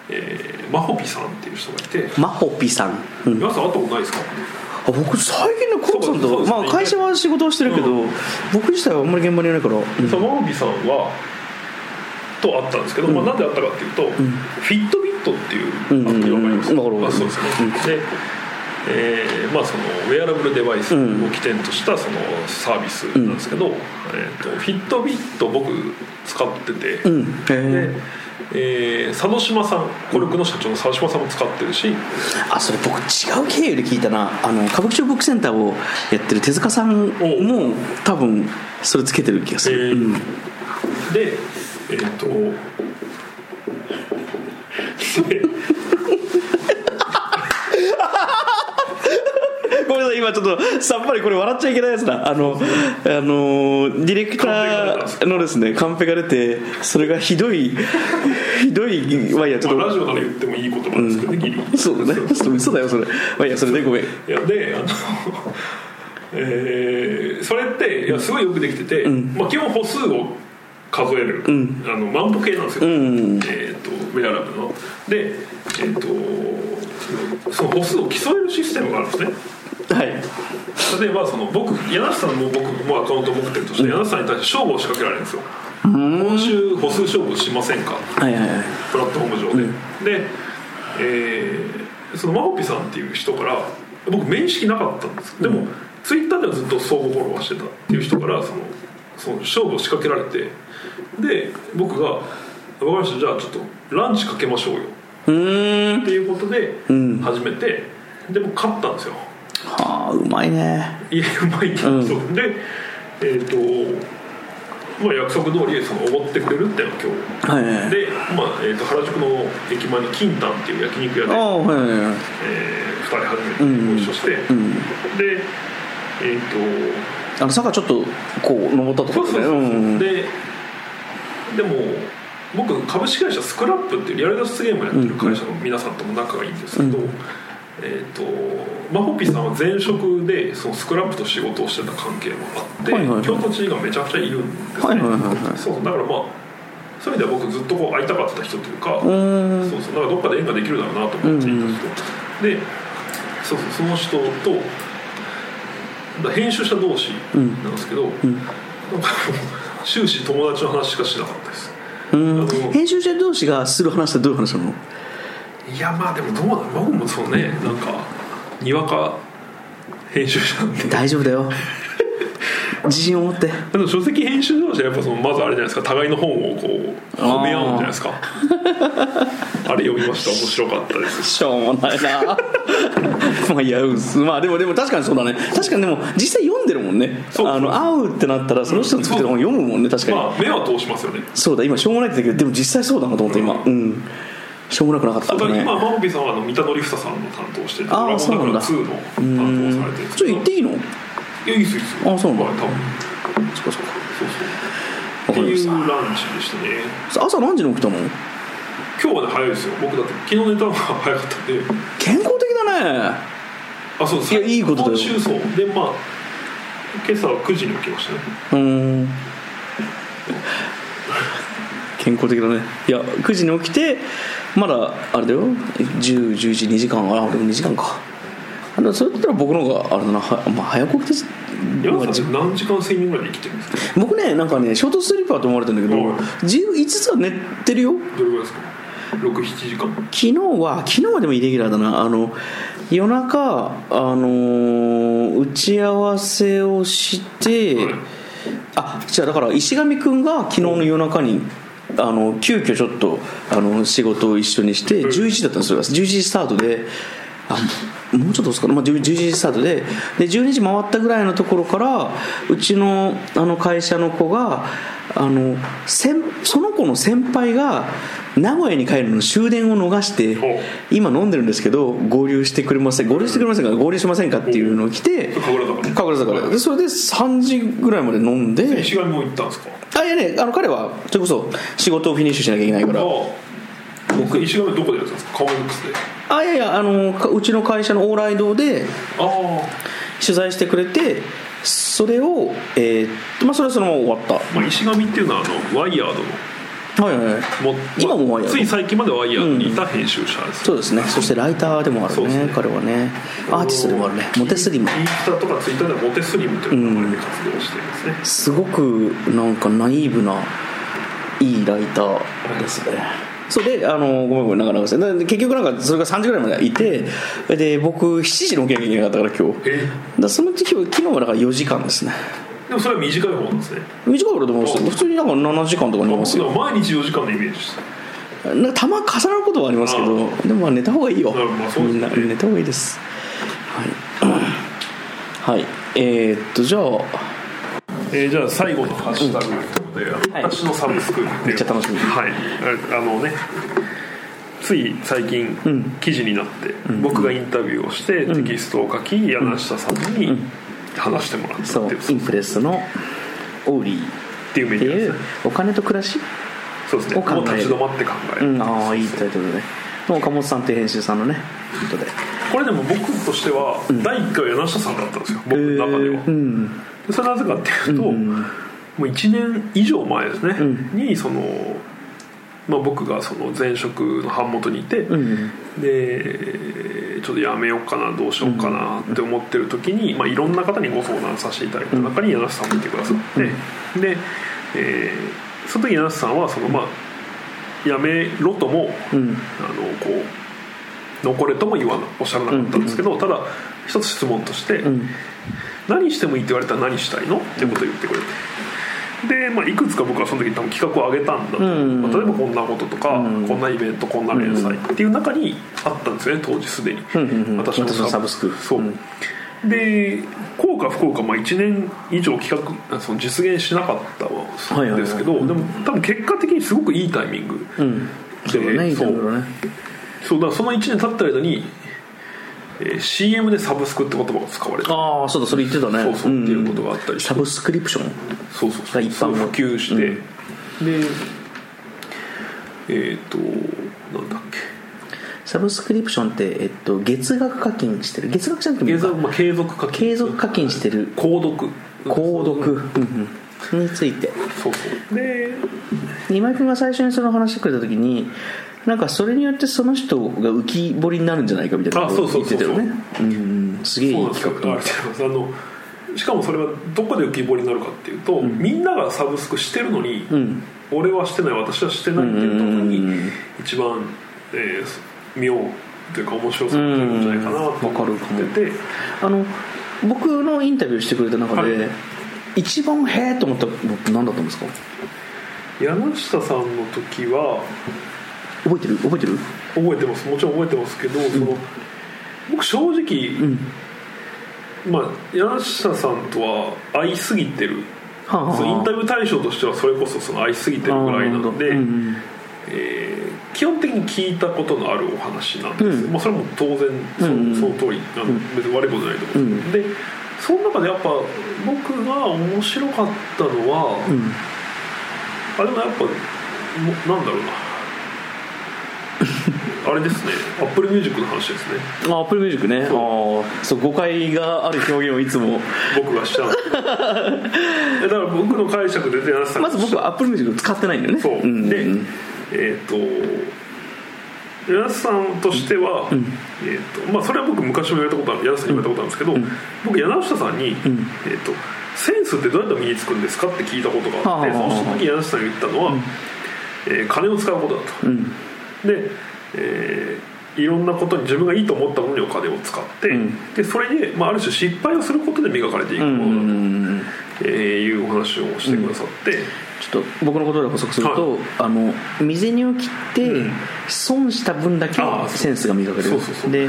Speaker 2: えーマホピさんっていう人がいて
Speaker 1: マホピさん、うん、あ
Speaker 2: 皆さん会ったことないですか
Speaker 1: 僕最近のコルクさん
Speaker 2: そう
Speaker 1: と、
Speaker 2: ですね
Speaker 1: まあ、会社は仕事はしてるけど、
Speaker 2: う
Speaker 1: 僕自体はあんまり現場にいないから、うん
Speaker 2: そのマホピさんはと会ったんですけど、まあ、なんで会ったかっていうと、フィットビットっていう
Speaker 1: うんうん
Speaker 2: アプリわかります
Speaker 1: わかるわ
Speaker 2: あ
Speaker 1: かる
Speaker 2: そうですね、でえーまあ、そのウェアラブルデバイスを起点としたそのサービスなんですけど、えー、とフィットビット僕使ってて、
Speaker 1: うんへ
Speaker 2: で
Speaker 1: え
Speaker 2: えー佐野島さんコルクの社長の佐野島さんも使ってるし
Speaker 1: あそれ僕違う経由で聞いたなあの歌舞伎町ブックセンターをやってる手塚さんも多分それつけてる気がす
Speaker 2: え
Speaker 1: る、
Speaker 2: ー
Speaker 1: うん
Speaker 2: でえっ、 とで
Speaker 1: ごめんなさい今ちょっとさっぱりこれ笑っちゃいけないやつだあの、あのーディレクターのですねカンペが出てそれがひどいひどいまあいいやちょっ
Speaker 2: まあ、ラ
Speaker 1: と
Speaker 2: ジオなら言ってもいいことなんですけどね、ギリ
Speaker 1: そうだねちょっと嘘だよそれまあいいやそれでごめん
Speaker 2: いやであの えーそれっていやすごいよくできてて、まあ、基本歩数を数える、あの万歩計なんですよ、えっ、とウェアラブのでえっ、とその歩数を競えるシステムがあるんですね
Speaker 1: はい
Speaker 2: 例えばその僕柳瀬さんも僕もアカウント持ってるとして、柳瀬さんに対して勝負を仕掛けられるんですよ今週歩数勝負しませんか
Speaker 1: はいはいはい
Speaker 2: プラットフォーム上で、で、えーそのマホピさんっていう人から僕面識なかったんですでも、ツイッターではずっと相互フォローはしてたっていう人からそのその勝負を仕掛けられてで僕が「分かりましたじゃあちょっとランチかけましょうよ」
Speaker 1: うーん
Speaker 2: っていうことで
Speaker 1: ん
Speaker 2: 始めて、で僕勝ったんですよ
Speaker 1: はあうまいね
Speaker 2: いやうまいけど、そうでえっ、とまあ約束通りそのおごってくれるっていうのは今日
Speaker 1: はいはいはい
Speaker 2: で、まあえー、と原宿の駅前の金丹っていう焼肉屋
Speaker 1: あ
Speaker 2: で、
Speaker 1: あはいはいはい
Speaker 2: えー、2人初めてご一緒して、
Speaker 1: ん
Speaker 2: でえっ、
Speaker 1: あの坂ちょっとこう登ったと
Speaker 2: と
Speaker 1: こ
Speaker 2: そ
Speaker 1: ろ
Speaker 2: うそう
Speaker 1: ね
Speaker 2: そう、
Speaker 1: うん
Speaker 2: ででも僕株式会社スクラップっていうリアル脱出ゲームやってる会社の皆さんとも仲がいいんですけど、えっ、とマホピさんは前職でそのスクラップと仕事をしてた関係もあって、
Speaker 1: はいはいはい
Speaker 2: 京都知事がめちゃくちゃいるんです
Speaker 1: は
Speaker 2: ね、
Speaker 1: いはいはいはい
Speaker 2: そうそうだからまあそういう意味では僕ずっとこう会いたかった人というか、
Speaker 1: うーん
Speaker 2: そうそうだからどっかで縁ができるだろうなと思っていた人、でそうそうその人とだ編集者同士なんですけど、なんかもう終始友達の話しかしなかったです
Speaker 1: うん
Speaker 2: あの
Speaker 1: 編集者同士がする話ってどういう話なの
Speaker 2: いやまあでもどうなの僕もそうねなんかにわか編集者なん で
Speaker 1: 大丈夫だよ自信を持って
Speaker 2: でも書籍編集同士はやっぱそのまずあれじゃないですか互いの本をこう褒め合うんじゃないで すかあれ読みました面白かったです
Speaker 1: しょうもない なまあいやうんすまあでもでも確かにそうだね確かにでも実際読んでるもんね
Speaker 2: そう
Speaker 1: あの会うってなったらその人の作ってる本読むもんね確かに、
Speaker 2: まあ目は通しますよね
Speaker 1: そうだ今しょうもないって言ったけどでも実際そうだなと思って今うんしょうもなくなかった
Speaker 2: だから
Speaker 1: ね
Speaker 2: 今マホビさんはあの三田典房さんの担当してる
Speaker 1: あー
Speaker 2: ドラゴン桜
Speaker 1: そう
Speaker 2: 2の担当をされてるんで
Speaker 1: ちょ
Speaker 2: す
Speaker 1: っと
Speaker 2: け
Speaker 1: 言
Speaker 2: ど
Speaker 1: っていいの
Speaker 2: いやいいですよいいですよ
Speaker 1: あそうなんだ
Speaker 2: はい多分
Speaker 1: そっかそっか
Speaker 2: そうそう
Speaker 1: わかり
Speaker 2: って
Speaker 1: ま
Speaker 2: い
Speaker 1: し
Speaker 2: う
Speaker 1: た
Speaker 2: ランチでしたね
Speaker 1: 朝何時に起きたの
Speaker 2: 今日はね早いですよ僕だって昨日寝たのが早かったんで
Speaker 1: 健康的だね
Speaker 2: あそうで
Speaker 1: い
Speaker 2: す
Speaker 1: やいいことだよ
Speaker 2: 今週そうでまあ今朝は9時に起きましたね
Speaker 1: うーん健康的だねいや9時に起きてまだあれだよ1011時2時間あでも2時間かあでもそれだったら僕の方があれだなは、まあ、早く起きてす
Speaker 2: 山田さん何時間睡眠ぐらいで生きてるんですか
Speaker 1: 僕ねなんかねショートスリーパーと思われてるんだけど
Speaker 2: うん
Speaker 1: 15つは寝てるよ
Speaker 2: どれぐらいですか67時間
Speaker 1: 昨日は昨日はでもイレギュラーだなあの夜中、あのー打ち合わせをして、
Speaker 2: はい
Speaker 1: あじゃあだから石上君が昨日の夜中にあの急遽ちょっとあの仕事を一緒にして
Speaker 2: うん
Speaker 1: 11時だったんですよ11時スタートであもうちょっとですかね、まあ、10 11時スタートでで12時回ったぐらいのところからうちのあの会社の子があの先その子の先輩が名古屋に帰るの終電を逃して
Speaker 2: ほう
Speaker 1: 今飲んでるんですけど合流してくれません合流してくれませんか合流しませんかっていうのを来て
Speaker 2: 神楽坂ね
Speaker 1: 神楽坂ででそれで3時ぐらいまで飲んで
Speaker 2: 石上も行ったんですか
Speaker 1: あいやねあの彼はそれこそ仕事をフィニッシュしなきゃいけないから
Speaker 2: あ僕石上どこでやってたんですかカモミックスで
Speaker 1: あいやいやあのかうちの会社の往来堂で
Speaker 2: ああ
Speaker 1: 取材してくれてそれをえーっとまあそれはそのまま終わっ
Speaker 2: まあ、石神っていうのはあのワイヤードの
Speaker 1: たはいはいはい
Speaker 2: も
Speaker 1: 今もワイヤード
Speaker 2: つい最近までワイヤードにいた編集者です、
Speaker 1: そうですねそしてライターでもある
Speaker 2: そうです
Speaker 1: ね
Speaker 2: ね
Speaker 1: 彼はねアーティストでもあるねモテスリム
Speaker 2: インスタとかツイッターではモテスリムという名前で活動していますね、
Speaker 1: すごくなんかナイーブないいライターですねそうであのごめんごめん長々ですで結局なんかそれが3時ぐらいまでいてで僕7時に起きなきゃいけなかったから今日だか
Speaker 2: え
Speaker 1: らその時は昨日はだから4時間ですね
Speaker 2: でもそれは短い方なんですね
Speaker 1: 短い頃でも普通になんか7時間とか寝ます
Speaker 2: 僕
Speaker 1: よ
Speaker 2: は毎日4時間のイメージでした
Speaker 1: なんかたま重なることはありますけど
Speaker 2: あ
Speaker 1: でもまあ寝た方がいいよ、
Speaker 2: なるほどまあそう
Speaker 1: み
Speaker 2: です
Speaker 1: ん
Speaker 2: ね
Speaker 1: な寝た方がいいですはい、はい、えーっとじゃあ
Speaker 2: えーじゃあ最後のハッシュタグということで、
Speaker 1: はい
Speaker 2: 私のサブスクっていう
Speaker 1: めっちゃ楽しみ
Speaker 2: はいああのねつい最近
Speaker 1: ん
Speaker 2: 記事になって、僕がインタビューをして、テキストを書き柳下さんに話してもらったって
Speaker 1: そう
Speaker 2: いう,、
Speaker 1: インプレスのオーリーっ
Speaker 2: っていうメ
Speaker 1: て
Speaker 2: ディアで
Speaker 1: い
Speaker 2: す
Speaker 1: う
Speaker 2: ね
Speaker 1: お金と暮らし、
Speaker 2: そうですね
Speaker 1: を考える
Speaker 2: もう立ち止まって考え
Speaker 1: う
Speaker 2: る、
Speaker 1: ん、ああいいタイトルだね岡本さんって編集さんのねことで
Speaker 2: これでも僕としては第1回は柳下さんだったんですよ僕の中では、
Speaker 1: えーうん
Speaker 2: でそれはなぜかっていうと、もう1年以上前ですね、にその、まあ、僕がその前職の版元にいて、
Speaker 1: ん
Speaker 2: でちょっとやめようかなどうしようかなって思ってる時に、まあ、いろんな方にご相談させていただいた中に柳瀬さんもいてくださって、で、えーその時柳瀬さんはそのまあやめろとも、
Speaker 1: ん
Speaker 2: あのこう残れとも言わなおっしゃらなかったんですけど、ただ一つ質問として、
Speaker 1: ん
Speaker 2: 何してもいいって言われたら何したいのってことを言ってくれて。でまあ、いくつか僕はその時多分企画を上げたんだと、
Speaker 1: ん
Speaker 2: まあ例えばこんなこととか、
Speaker 1: うん
Speaker 2: こんなイベントこんな連載っていう中にあったんですよね当時すでに、
Speaker 1: んうんうん
Speaker 2: 私の
Speaker 1: 私のサブスク
Speaker 2: そう、
Speaker 1: うん
Speaker 2: で効果不効果、まあ、1年以上企画あその実現しなかったんですけど、
Speaker 1: はいはいはい
Speaker 2: でも多分結果的にすごくいいタイミング、
Speaker 1: うんそうだねいいタイトルだね
Speaker 2: そうだからその1年経った間に、えー CM でサブスクって言葉が使われて
Speaker 1: ああそうだそれ言ってたね
Speaker 2: そうそうっていうことがあったりして
Speaker 1: サブスクリプション
Speaker 2: そうそうそう
Speaker 1: が一般の
Speaker 2: 普及して、でえっ、となんだっけ
Speaker 1: サブスクリプションって、えっと、月額課金してる月額じゃなくてもいい
Speaker 2: 継
Speaker 1: のか
Speaker 2: 続,、まあ、継続課金
Speaker 1: 継続課金してる
Speaker 2: 購読
Speaker 1: 購読うんうんについて
Speaker 2: そうそうで
Speaker 1: 今井君が最初にその話してくれた時になんかそれによってその人が浮き彫りになるんじゃないかみたいな
Speaker 2: あそうそう
Speaker 1: 言ってたよねうんすげえい
Speaker 2: そう
Speaker 1: い
Speaker 2: なんです
Speaker 1: 企
Speaker 2: よ
Speaker 1: 画だ
Speaker 2: ありがとうございますあのしかもそれはどこで浮き彫りになるかっていうと、みんながサブスクしてるのに、
Speaker 1: ん
Speaker 2: 俺はしてない私はしてないっていうとこ
Speaker 1: う
Speaker 2: ろ
Speaker 1: んうんうんう
Speaker 2: に一番、えー、妙というか面白さが出るんじゃないかなと思ってて
Speaker 1: あの僕のインタビューしてくれた中で、
Speaker 2: は
Speaker 1: 一番へえと思ったのって何だったんですか
Speaker 2: 柳下さんの時は
Speaker 1: 覚えてる覚えてる
Speaker 2: 覚えてますもちろん覚えてますけど、その僕正直、まあ柳下さんとは会いすぎてる
Speaker 1: はあはあ
Speaker 2: そのインタビュー対象としてはそれこそその会いすぎてるぐらいなので、
Speaker 1: あーなるほどうんうん
Speaker 2: えー基本的に聞いたことのあるお話なんです、
Speaker 1: うん
Speaker 2: まあ、それも当然そ,、
Speaker 1: うんうん
Speaker 2: その通りあの別に悪いことじゃないと思うんですけど、でその中でやっぱ僕が面白かったのは、
Speaker 1: ん
Speaker 2: あでもやっぱもなんだろう なあれですねアップルミュージックの話ですね
Speaker 1: あアップルミュージックねああそう誤解がある表現をいつも
Speaker 2: 僕がしちゃうだから僕の解釈で柳瀬さん
Speaker 1: まず僕はアップルミュージックを使ってないんだよね
Speaker 2: そう、
Speaker 1: ん
Speaker 2: で
Speaker 1: うん
Speaker 2: えっ、と柳田さんとしては、えーとまあ、それは僕昔も言われたことある柳田さんに言われたことあるんですけど、僕柳下さんに、えーと「センスってどうやって身につくんですか?」って聞いたことがあって、
Speaker 1: はあはあはあ
Speaker 2: その時柳下さんが言ったのは、えー金を使うことだと。
Speaker 1: ん
Speaker 2: で、えーいろんなことに自分がいいと思ったものにお金を使って、でそれで、まあ、ある種失敗をすることで磨かれていくものだと、えーいうお話をしてくださって、
Speaker 1: ちょっと僕のことで補足すると、あの未然を切って
Speaker 2: うん
Speaker 1: 損した分だけ
Speaker 2: ああそう
Speaker 1: センスが磨かれ
Speaker 2: そ
Speaker 1: る
Speaker 2: うそうそう
Speaker 1: で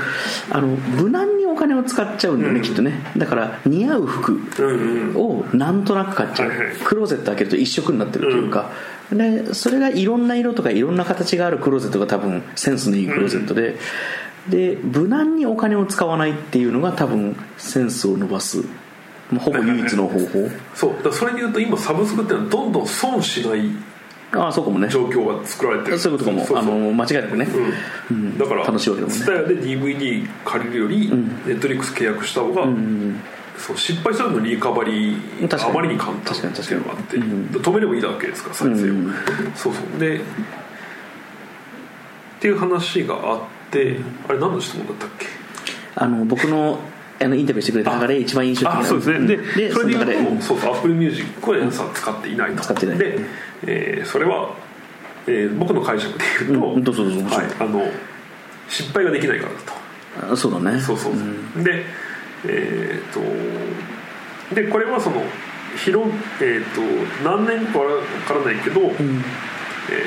Speaker 1: あの無難にお金を使っちゃうんだよね、
Speaker 2: うん
Speaker 1: きっとねだから似合う服
Speaker 2: うんうん
Speaker 1: をなんとなく買っちゃう、
Speaker 2: はいはい
Speaker 1: クローゼット開けると一色になってるというか、でそれがいろんな色とかいろんな形があるクローゼットが多分センスのいいクローゼットで、で無難にお金を使わないっていうのが多分センスを伸ばす、まあほぼ唯一の方 法
Speaker 2: そうだからそれでいうと今サブスクっていうのはどんどん損しない
Speaker 1: ああそうかもね
Speaker 2: 状況が作られてる
Speaker 1: そういうことかも
Speaker 2: そうそう
Speaker 1: あの間違いなくね、
Speaker 2: うんだから
Speaker 1: 楽しいわけだもんね
Speaker 2: TSUTAYA で DVD 借りるより、ネットリックス契約した方が、そう失敗したのリカバリー
Speaker 1: 確か
Speaker 2: が
Speaker 1: に
Speaker 2: あまりに簡単
Speaker 1: 確かに
Speaker 2: っ
Speaker 1: 確
Speaker 2: て
Speaker 1: かに
Speaker 2: いうのがあって、止めればいいだけですから再生
Speaker 1: う
Speaker 2: を、
Speaker 1: ん
Speaker 2: そうそうでっていう話があってあれ何の質問だったっけ
Speaker 1: あの僕のあのインタビューしてくれた中で一番印象的な
Speaker 2: あそうですねで
Speaker 1: んで
Speaker 2: そ
Speaker 1: そ
Speaker 2: れ
Speaker 1: の中
Speaker 2: で
Speaker 1: で
Speaker 2: 言うとそうそうアップルミュージックは皆さん使っていないと
Speaker 1: 使ってない
Speaker 2: で、えーそれは、えー僕の解釈で言うと、
Speaker 1: うんどうぞどうぞ
Speaker 2: はい、あの失敗ができないからだと
Speaker 1: あそうだね
Speaker 2: そうそうそう、でえっ、とでこれはその広、えー、と何年かわからないけど、えー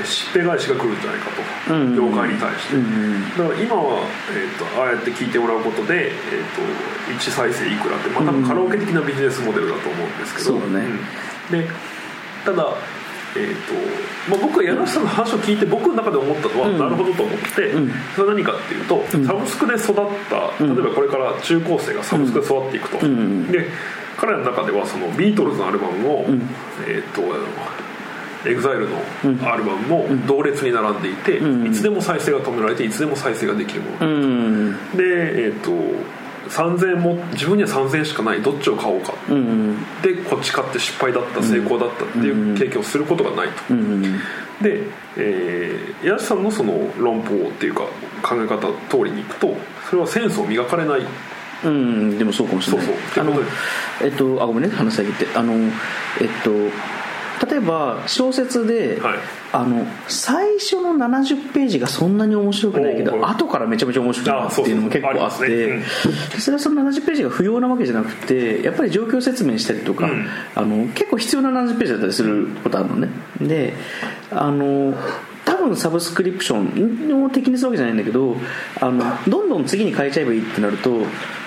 Speaker 2: しっぺ返しが来るんじゃないかと、
Speaker 1: うん
Speaker 2: 業界に対して、だから今は、えー、とああやって聞いてもらうことで、えー、と1再生いくらってまたカラオケ的なビジネスモデルだと思うんですけど、
Speaker 1: そうだね
Speaker 2: うんでただ、えーとまあ、僕は柳下さんの話を聞いて僕の中で思ったのは、なるほどと思って、それは何かっていうと、サブスクで育った例えばこれから中高生がサブスクで育っていくと、
Speaker 1: ん
Speaker 2: で彼らの中ではそのビートルズのアルバムも、えー、とエグザイルのアルバムも同列に並んでいて、いつでも再生が止められていつでも再生ができるもの、
Speaker 1: うん
Speaker 2: でえっ、と3000も自分には3000円しかないどっちを買おうか
Speaker 1: うんうん
Speaker 2: でこっち買って失敗だった成功だったっていう経験をすることがないと、
Speaker 1: うん
Speaker 2: で、えー、矢橋さんのその論法っていうか考え方通りにいくとそれはセンスを磨かれない
Speaker 1: うんでもそうかもしれない
Speaker 2: そうそう
Speaker 1: あ
Speaker 2: って
Speaker 1: の
Speaker 2: ことで
Speaker 1: えっとあごめんね話遮ってあのえっと例えば小説で、
Speaker 2: はい
Speaker 1: あの最初の70ページがそんなに面白くないけ
Speaker 2: おう
Speaker 1: ど
Speaker 2: おう
Speaker 1: 後からめちゃめちゃ面白くなるっていうのも
Speaker 2: あそう
Speaker 1: 結
Speaker 2: そうそう
Speaker 1: 構あっ
Speaker 2: あり
Speaker 1: て
Speaker 2: ます
Speaker 1: それはその70ページが不要なわけじゃなくてやっぱり状況説明したりとか、
Speaker 2: うん
Speaker 1: あの結構必要な70ページだったりすることあるのねであの多分サブスクリプションを敵にするわけじゃないんだけどあのどんどん次に変えちゃえばいいってなると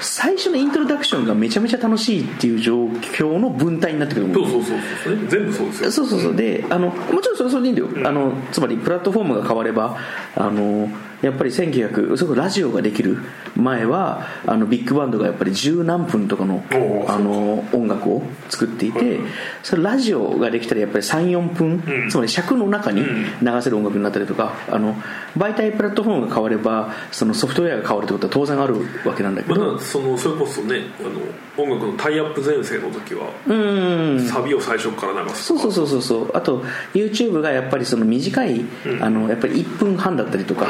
Speaker 1: 最初のイントロダクションがめちゃめちゃ楽しいっていう状況の分体になってくると思う
Speaker 2: そうそうそうそうね全部そうですよ
Speaker 1: そうそうそうであのもちろんそれはそれでいいんだよ、あのつまりプラットフォームが変わればあのやっぱり1900それこそラジオができる前はあのビッグバンドがやっぱり十何分とかの
Speaker 2: おー
Speaker 1: あの音楽を作っていて、それラジオができたらやっぱり34分、
Speaker 2: うん
Speaker 1: つまり尺の中に流せる音楽になったりとかあの媒体プラットフォームが変わればそのソフトウェアが変わるってことは当然あるわけなんだけ
Speaker 2: ま
Speaker 1: ど、
Speaker 2: だそのそれこそねあの音楽のタイアップ全盛の時は
Speaker 1: うん
Speaker 2: サビを最初から流す
Speaker 1: そうそうそうそうそうあと YouTube がやっぱりその短い、あのやっぱり1分半だったりとか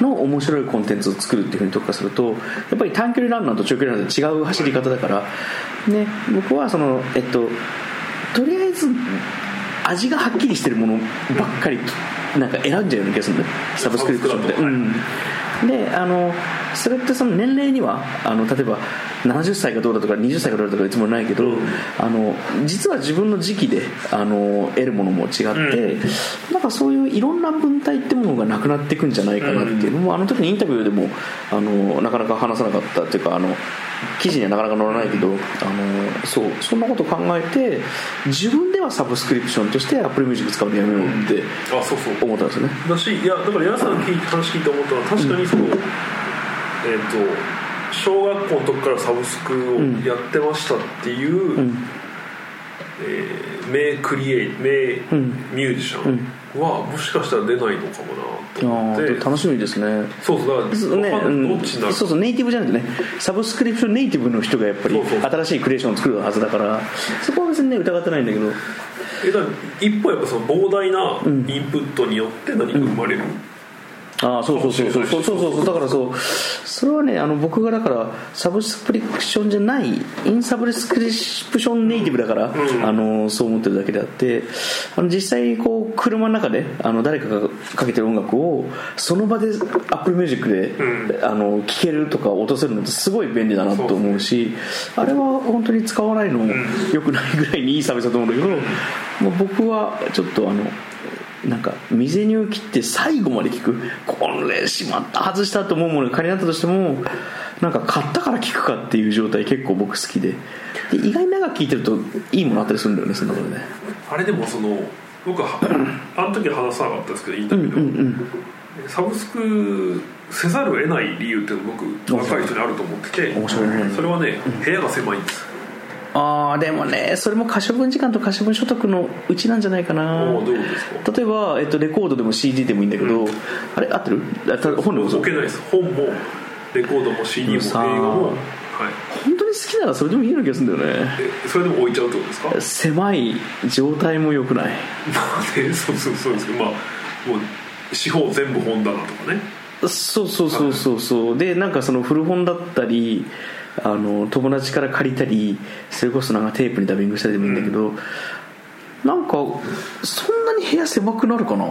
Speaker 1: の面白いコンテンツを作るっていうふうに特化するとやっぱり短距離ランナーと長距離ランナーで違う走り方だからね僕はそのえっととりあえず味がはっきりしてるものばっかりなんか選んじゃうような気がするんだよサブスクリプションって、
Speaker 2: サブスクだと
Speaker 1: うんであのそれってその年齢にはあの例えば70歳がどうだとか20歳がどうだとかいつもないけど、あの実は自分の時期であの得るものも違って、なんかそういういろんな文体ってものがなくなっていくんじゃないかなっていうのも、あの時にインタビューでもあのなかなか話さなかったっていうかあの記事にはなかなか載らないけど、あのそうそんなこと考えて自分ではサブスクリプションとして AppleMusic 使うのやめようって
Speaker 2: あそうそう
Speaker 1: 思ったんですよね。
Speaker 2: だしいやだから皆さんの聞いて話聞いて思ったのは確かにその、えっ、と小学校の時からサブスクをやってましたっていう、えー名クリエイ名ミュージシャンはもしかしたら出ないのかもなと思
Speaker 1: あ
Speaker 2: って、
Speaker 1: ー楽しみですね
Speaker 2: そうそうだ
Speaker 1: そうね
Speaker 2: からわかんない、
Speaker 1: うん
Speaker 2: どっちになるか
Speaker 1: そうそうネイティブじゃなくてねサブスクリプションネイティブの人がやっぱり
Speaker 2: そうそう
Speaker 1: 新しいクリエーションを作るはずだからそこは別にね疑ってないんだけど
Speaker 2: えだから一歩やっぱその膨大なインプットによって何か生まれる、
Speaker 1: ああそうそうそうそう
Speaker 2: か
Speaker 1: そ
Speaker 2: も
Speaker 1: うそう
Speaker 2: しれな
Speaker 1: そ
Speaker 2: い
Speaker 1: うだからそうそれはねあの僕がだからサブスクリプションじゃないインサブスクリプションネイティブだから、あのそう思ってるだけであってあの実際こう車の中であの誰かがかけてる音楽をその場で AppleMusic で、あの聴けるとか落とせるのってすごい便利だなと思うしあれは本当に使わないのも良くないぐらいにいいサービスだと思うんだけど、まあ僕はちょっとあのなんか未然に切って最後まで聞くこれしまった外したと思うものが仮になったとしてもなんか買ったから聞くかっていう状態結構僕好きでで意外に長く聞いてるといいものあったりするんだよねそんなことね
Speaker 2: あれでもその僕はあの時は話さなかったですけどインタビューでも、サブスクせざるを得ない理由っていうの僕若い人にあると思ってて
Speaker 1: 面白いね
Speaker 2: それはね部屋が狭いんです、
Speaker 1: ああでもねそれも可処分時間と可処分所得のうちなんじゃないかな
Speaker 2: おーどういうことですか
Speaker 1: 例えば、えっと、レコードでも CD でもいいんだけど、あれ合ってるあた本でもそう
Speaker 2: 置けないです本もレコードも CD も映
Speaker 1: さ
Speaker 2: 画
Speaker 1: あ
Speaker 2: も、はい、
Speaker 1: 本当に好きならそれでもいいような気がするんだよね
Speaker 2: えそれでも置いちゃうってことですかま
Speaker 1: 狭い状態も良くない
Speaker 2: あねそうそうそうですけどまあもう四方全部本棚とかね
Speaker 1: そうそうそうそうそうでなんかその古本だったりあの友達から借りたりそれこそなんかテープにダビングしたりでもいいんだけど、なんかそんなに部屋狭くなるかな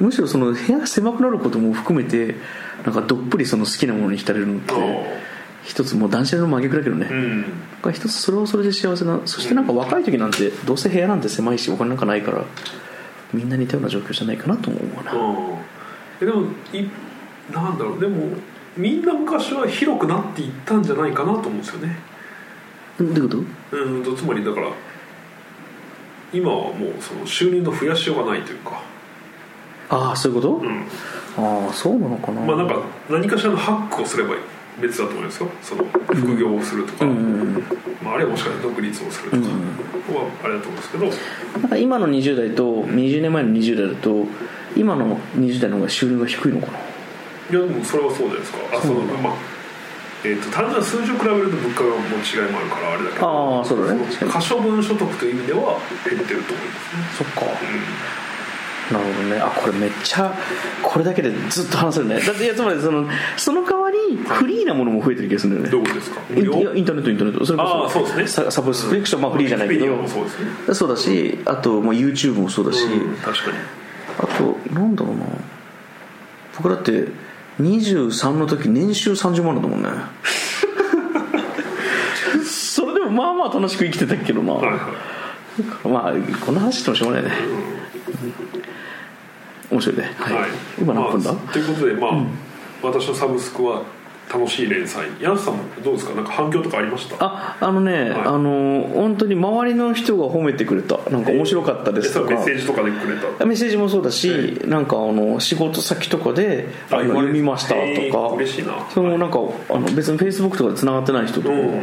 Speaker 1: むしろその部屋が狭くなることも含めてなんかどっぷりその好きなものに浸れるのって
Speaker 2: ああ
Speaker 1: 一つもう断捨離の真逆だけどね、
Speaker 2: うん
Speaker 1: が一つそれはそれで幸せなそしてなんか若い時なんてどうせ部屋なんて狭いしお金なんかないからみんな似たような状況じゃないかなとも思うな、
Speaker 2: うんえでもいなんだろうでもみんな昔は広くなっていったんじゃないかなと思うんですよね
Speaker 1: うん、どういうこ
Speaker 2: うんとつまりだから今はもうその収入の増やしようがないというか、
Speaker 1: とああそういうこと、
Speaker 2: うん
Speaker 1: ああそうなのかな
Speaker 2: まあ、なんか何かしらのハックをすれば別だと思いますよその副業をするとか、
Speaker 1: うんうん
Speaker 2: まあ、あるいはもしかしたら独立をすると
Speaker 1: う
Speaker 2: か
Speaker 1: ん
Speaker 2: はあれだと思うんですけど、
Speaker 1: うんなんか今の20代と20年前の20代だと今の20代の方が収入が低いのかない
Speaker 2: やでもそれはそうじゃないですかあそのまあえー、と単純な数字を比べると物価の違いもあるからあれだけど
Speaker 1: ああそうだね
Speaker 2: その可処分所得という意味では減ってると思います
Speaker 1: そ
Speaker 2: ね
Speaker 1: っかなるほどねあこれめっちゃこれだけでずっと話せるねだっていやつまりそのその代わりフリーなものも増えてる気がするんだ
Speaker 2: ど
Speaker 1: よ
Speaker 2: う
Speaker 1: ね
Speaker 2: ですか
Speaker 1: イ
Speaker 2: 無
Speaker 1: ンい
Speaker 2: 料
Speaker 1: やインターネットインターネットそれこ
Speaker 2: ああそうですね
Speaker 1: ササブスクリプション、まあ、フリーじゃないけ
Speaker 2: ウィキペディアも
Speaker 1: ど
Speaker 2: そうですね、
Speaker 1: そうだしあと、まあ、YouTube もそうだし、
Speaker 2: うん、確かに
Speaker 1: あとなんだろうな僕だって23の時年収30万だったもんね それでもまあまあ楽しく生きてたけどな、
Speaker 2: はいはい
Speaker 1: まあこんな話してもしょうがないね、面白いね、はい
Speaker 2: はい、
Speaker 1: 今何分だ、
Speaker 2: まあということでまあ、私のサブスクは楽しい連載ヤスさんもどうですかなんか反響とかありました
Speaker 1: ああのね、あの本当に周りの人が褒めてくれたなんか面白かったです
Speaker 2: えそ
Speaker 1: と
Speaker 2: うメ
Speaker 1: か、
Speaker 2: ッセージとかでくれた
Speaker 1: メッセージもそうだし、なんかあの仕事先とかで「あ今
Speaker 2: あ言われ
Speaker 1: 読
Speaker 2: る
Speaker 1: みました」とか、
Speaker 2: えー嬉しいな
Speaker 1: それもなんかあの別にフェイスブックとかで繋がってない人とか
Speaker 2: うん
Speaker 1: 行っ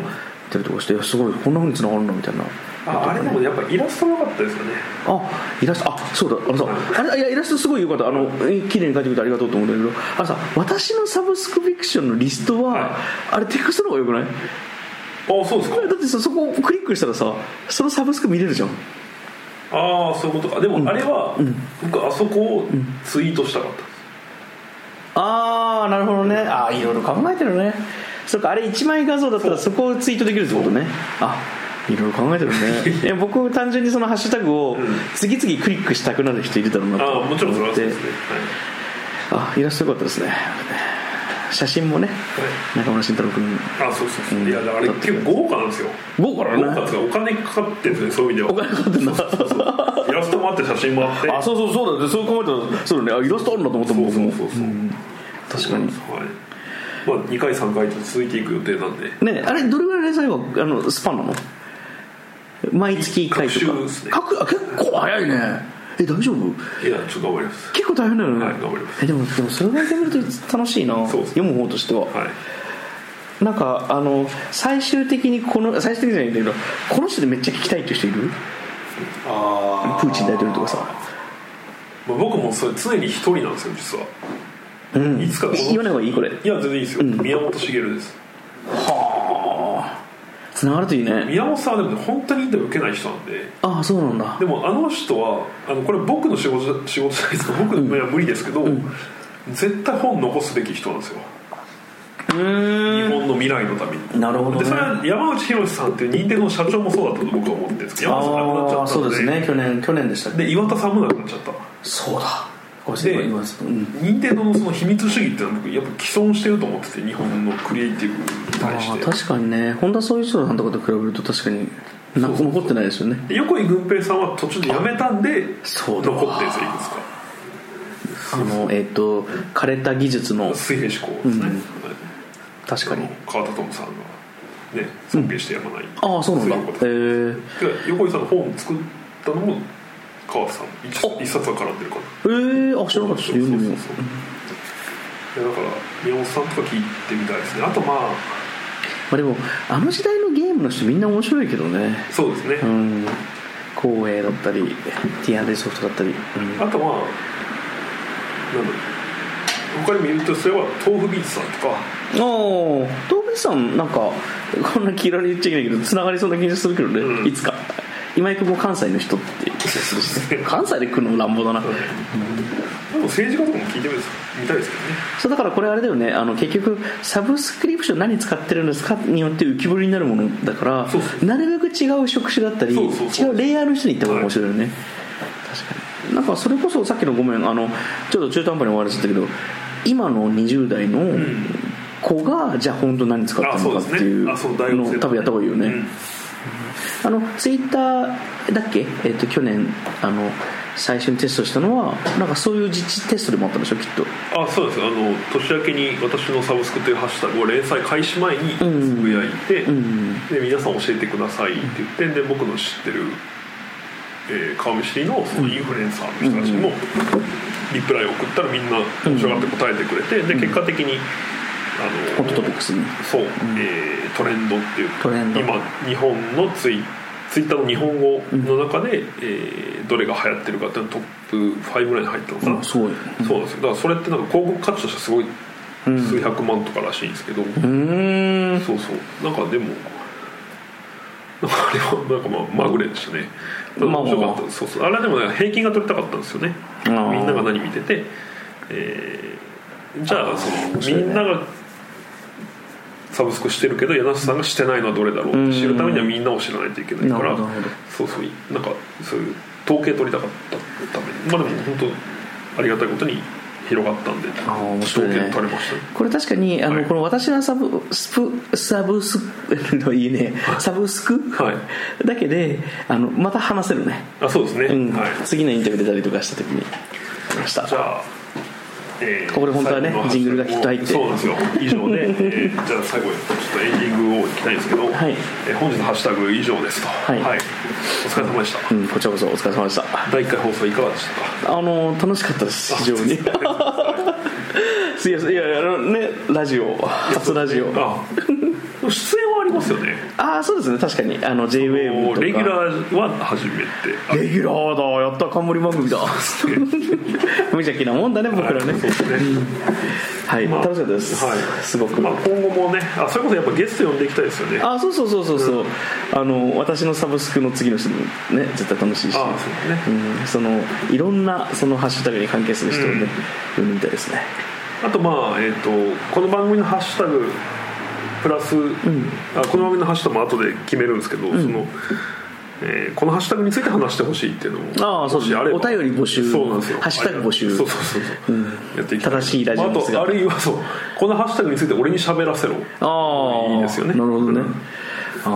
Speaker 1: たりとかしていや「すごいこんなふうに繋がるの?」みたいな
Speaker 2: ああれでもやっぱイラストなかったですよね
Speaker 1: あイラストあそうだあのさあれいやイラストすごいよかったあのえ綺麗に描いてくれてありがとうと思うんだけどあのさ私のサブスクリプションのリストは、
Speaker 2: はい
Speaker 1: あれテクストの方がよくない
Speaker 2: あそうですか
Speaker 1: だってさそこをクリックしたらさそのサブスク見れるじゃん
Speaker 2: ああそういうことかでもあれは、僕あそこをツイートしたかったです
Speaker 1: ああなるほどねああいろいろ考えてるねそっかあれ一枚画像だったらそこをツイートできるってことねあいろいろ考えてる ねいや僕単純にそのハッシュタグを次々クリックしたくなる人いるだろうなと
Speaker 2: ああもちろんそ
Speaker 1: 思
Speaker 2: れは
Speaker 1: っ
Speaker 2: そ
Speaker 1: て
Speaker 2: うですね、
Speaker 1: あイラストよかったですね写真もね中村慎太郎君
Speaker 2: はい、あそうそうそう、いやあれ結構豪華なんですよ
Speaker 1: 豪華だね
Speaker 2: 豪華ですがお金かかってるんですねそういう意味では
Speaker 1: お金かかってんだ
Speaker 2: イラストもあって写真もあって
Speaker 1: あそうそうそうだねそう考えたらそうだねあイラストあるなと思ったもん
Speaker 2: そう
Speaker 1: 僕
Speaker 2: そう
Speaker 1: も
Speaker 2: そうそう、
Speaker 1: 確かに
Speaker 2: はいまあ、2回3回と続いていく予定なんで
Speaker 1: ねあれどれぐらい連載はあのスパンなの毎月1回とか
Speaker 2: 各週ですね
Speaker 1: 各あ結構早いねえ大丈夫
Speaker 2: いやちょっと頑張ります
Speaker 1: 結構大変だよね、
Speaker 2: はい頑張りま
Speaker 1: えでもでもそれだけ見ると楽しいな
Speaker 2: そう
Speaker 1: 読む方としては
Speaker 2: はい
Speaker 1: なんかあの最終的にこの最終的じゃないんだけどこの人でめっちゃ聞きたいっていう人いる
Speaker 2: あ
Speaker 1: プーチン大統領とかさ
Speaker 2: まあ、僕もそれ常に一人なんですよ実は、いつかこの
Speaker 1: 言わない方がいいこれ
Speaker 2: いや全然いいですよ、宮本茂です
Speaker 1: つながるといいね
Speaker 2: 宮本さんはでもね本当にインタビュー受けない人なんで
Speaker 1: ああそうなんだ
Speaker 2: でもあの人はあのこれ僕の仕事じゃ仕事じゃないですか僕のは無理ですけど、絶対本残すべき人なんですよ
Speaker 1: うー
Speaker 2: 日
Speaker 1: ん
Speaker 2: 本の未来のために
Speaker 1: なるほどね
Speaker 2: でそれは山内宏さんっていう任天堂の社長もそうだったと僕は思ってるんですけど山内さん亡くなっちゃ
Speaker 1: あ
Speaker 2: っ
Speaker 1: あ
Speaker 2: た
Speaker 1: そ
Speaker 2: の
Speaker 1: うで
Speaker 2: で
Speaker 1: すね去年去年でしたっけ
Speaker 2: で岩田さんも亡くなっちゃった
Speaker 1: そうだこれ
Speaker 2: で
Speaker 1: 今今ちょっとうん
Speaker 2: 任天堂のその秘密主義っていうのは僕やっぱ既存してると思ってて日本のクリエイティブに対
Speaker 1: あ
Speaker 2: し
Speaker 1: あ
Speaker 2: て
Speaker 1: 確かにね本田宗一郎さんとかと比べると確かにな残ってないですよね
Speaker 2: で横井軍平さんは途中で辞めたんで
Speaker 1: そうだ
Speaker 2: 残ってるんですよいくつか
Speaker 1: あのえっ、と枯れた技術の
Speaker 2: 水平思考ですね、
Speaker 1: うん確か
Speaker 2: はい
Speaker 1: に
Speaker 2: 川田智さんがね尊敬してやまない、
Speaker 1: ああそうなんだへ
Speaker 2: そういうこと
Speaker 1: え
Speaker 2: で
Speaker 1: ー、
Speaker 2: で横井さんの本作ったのも川田さん一一冊は絡んでるから
Speaker 1: えー、あ知らなかったです
Speaker 2: そう
Speaker 1: 読
Speaker 2: そ
Speaker 1: ん
Speaker 2: う
Speaker 1: で
Speaker 2: そう
Speaker 1: みよう
Speaker 2: いやだから宮本さんとか聞いてみたいですねあとまあ
Speaker 1: まあでもあの時代のゲームの人みんな面白いけどね
Speaker 2: そうですね、
Speaker 1: うん光栄だったり TRD ソフトだったり、うん
Speaker 2: あとはなんだろう他にも言うとすれば豆腐ビーツさんとか
Speaker 1: おお動物さんなんかこんな黄色に言っちゃいけないけどつながりそうな気がするけどね、
Speaker 2: うん
Speaker 1: いつか今井君も関西の人って気がするし関西で来るのも乱暴だな、
Speaker 2: でも政治家とかも聞いてみです見たいですけどね
Speaker 1: そうだからこれあれだよねあの結局サブスクリプション何使ってるんですかによって浮き彫りになるものだから
Speaker 2: そうそう
Speaker 1: なるべく違う職種だったり
Speaker 2: そうそうそ
Speaker 1: 違
Speaker 2: う
Speaker 1: うレイヤーの人に行った方が面白いよね、確かになんかそれこそさっきのごめんあのちょっと中途半端に終わらせたけど今の20代の子が、じゃあ本当何使って
Speaker 2: あ
Speaker 1: る
Speaker 2: そ
Speaker 1: の
Speaker 2: う
Speaker 1: か
Speaker 2: で
Speaker 1: っ
Speaker 2: す
Speaker 1: て
Speaker 2: ね
Speaker 1: いう
Speaker 2: あそう大学
Speaker 1: の
Speaker 2: 生
Speaker 1: を多分やった方がいいよね、
Speaker 2: うん
Speaker 1: あのツイッターだっけ、えっと去年あの最初にテストしたのはなんかそういう実地テストでもあったんでしょきっと
Speaker 2: あそうですあの年明けに私のサブスクというハッシュタグを連載開始前につぶやいて、
Speaker 1: ん
Speaker 2: で皆さん教えてくださいって言ってで僕の知ってる、えー、川見シティのそのインフルエンサーの人たちにもリプライを送ったらみんな面白がって答えてくれてで結果的にあ
Speaker 1: ホットト
Speaker 2: の
Speaker 1: ピックスに
Speaker 2: そう、えートレンドっていう
Speaker 1: トレンド
Speaker 2: 今日本のツイツイッターの日本語の中で、えーどれが流行ってるかっていうのトップ5ぐらいに入ったのかな、
Speaker 1: あそうよ
Speaker 2: そうなんですよだからそれってなんか広告価値としてはすごい数百万とからしいんですけど、
Speaker 1: うーん
Speaker 2: そうそうなんかでもなんかあれはなんかまあまぐれでしたねただ
Speaker 1: まあ
Speaker 2: 面白かったですそうそうあれはでもね平均が取りたかったんですよね
Speaker 1: あ
Speaker 2: みん
Speaker 1: ー
Speaker 2: なが何見てて、えーじゃあその
Speaker 1: 面白いね
Speaker 2: みんながサブスクしてるけど柳瀬さんがしてないのはどれだろうって知るためにはみんなを知らないといけないから
Speaker 1: なるほどなるほど
Speaker 2: そうそうなんかそういう統計取りたかったためにまあでも本当ありがたいことに広がったんで
Speaker 1: あー面白いね
Speaker 2: 統計取れましたね
Speaker 1: これ確かにあの、
Speaker 2: はい
Speaker 1: この私のサブスプサブスクのいいねサブスク、
Speaker 2: はい
Speaker 1: だけであのまた話せるね、
Speaker 2: あそうですね、
Speaker 1: うん
Speaker 2: はい
Speaker 1: 次のインタビュー出たりとかした時にました
Speaker 2: じゃあ、えー
Speaker 1: ここで本当はね
Speaker 2: 最後の
Speaker 1: ジングルがきっと入って
Speaker 2: そうなんですよ以上で、 えーじゃあ最後にちょっとエンディングをいきたいんですけど、
Speaker 1: はい
Speaker 2: えー本日の「ハッシュタグ以上ですと」
Speaker 1: はい
Speaker 2: お疲れ様でした、
Speaker 1: うん、こちらこそお疲れ様でした
Speaker 2: 第1回放送いかがでしたか
Speaker 1: あの楽しかったです非常に すいませんいやいやあのねラジオ初ラジオ
Speaker 2: あ出演はありますよね
Speaker 1: ああそうですね確かにあの JWAVE と
Speaker 2: も
Speaker 1: か
Speaker 2: うレギュラーは初めてあ
Speaker 1: レギュラーだやった冠番組だ 無邪気なもんだね僕らね
Speaker 2: そうですね、
Speaker 1: はい、
Speaker 2: まあ
Speaker 1: 楽しかったです、
Speaker 2: はい
Speaker 1: すごく、
Speaker 2: まあ、今後もねあそれこそやっぱゲスト呼んでいきたいですよね
Speaker 1: あそうそうそうそうそう、あの私のサブスクの次の人もね絶対楽しいし
Speaker 2: あそうですね
Speaker 1: うん、そのいろんなそのハッシュタグに関係する人をね、読ん、でみたいですね
Speaker 2: あとまあえっ、とこの番組のハッシュタグプラス、あこの番組のハッシュタグも後で決めるんですけど、その。えーこのハッシュタグについて話してほしいっていうのも
Speaker 1: ああそうですね
Speaker 2: もしれば
Speaker 1: お便り募集
Speaker 2: そうなんですよ
Speaker 1: ハッシュタグ募集
Speaker 2: そうそうそうそう、やっていきたい
Speaker 1: 正しいラジオ
Speaker 2: まあ
Speaker 1: で
Speaker 2: あ
Speaker 1: す
Speaker 2: と
Speaker 1: が
Speaker 2: あるいはそうこのハッシュタグについて俺に喋らせろ
Speaker 1: ああ
Speaker 2: いいですよね
Speaker 1: なるほどね、
Speaker 2: うん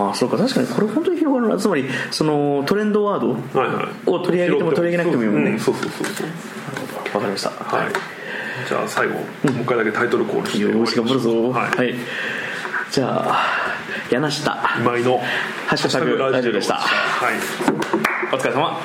Speaker 1: ああそうか確かにこれ本当に広がるなつまりそのトレンドワード
Speaker 2: はいはい
Speaker 1: を取り上げても取り上げなくてもいいもんね
Speaker 2: そうそうそうそう
Speaker 1: わかりました
Speaker 2: はい、じゃあ最後、もう一回だけタイトルコールして
Speaker 1: よ
Speaker 2: 終
Speaker 1: ー
Speaker 2: わりま
Speaker 1: し
Speaker 2: しょう
Speaker 1: 頑張るぞ
Speaker 2: はい、
Speaker 1: はい、じゃあ柳下
Speaker 2: 今井の
Speaker 1: ハッシュタグラジオでした
Speaker 2: はい
Speaker 1: お疲れ様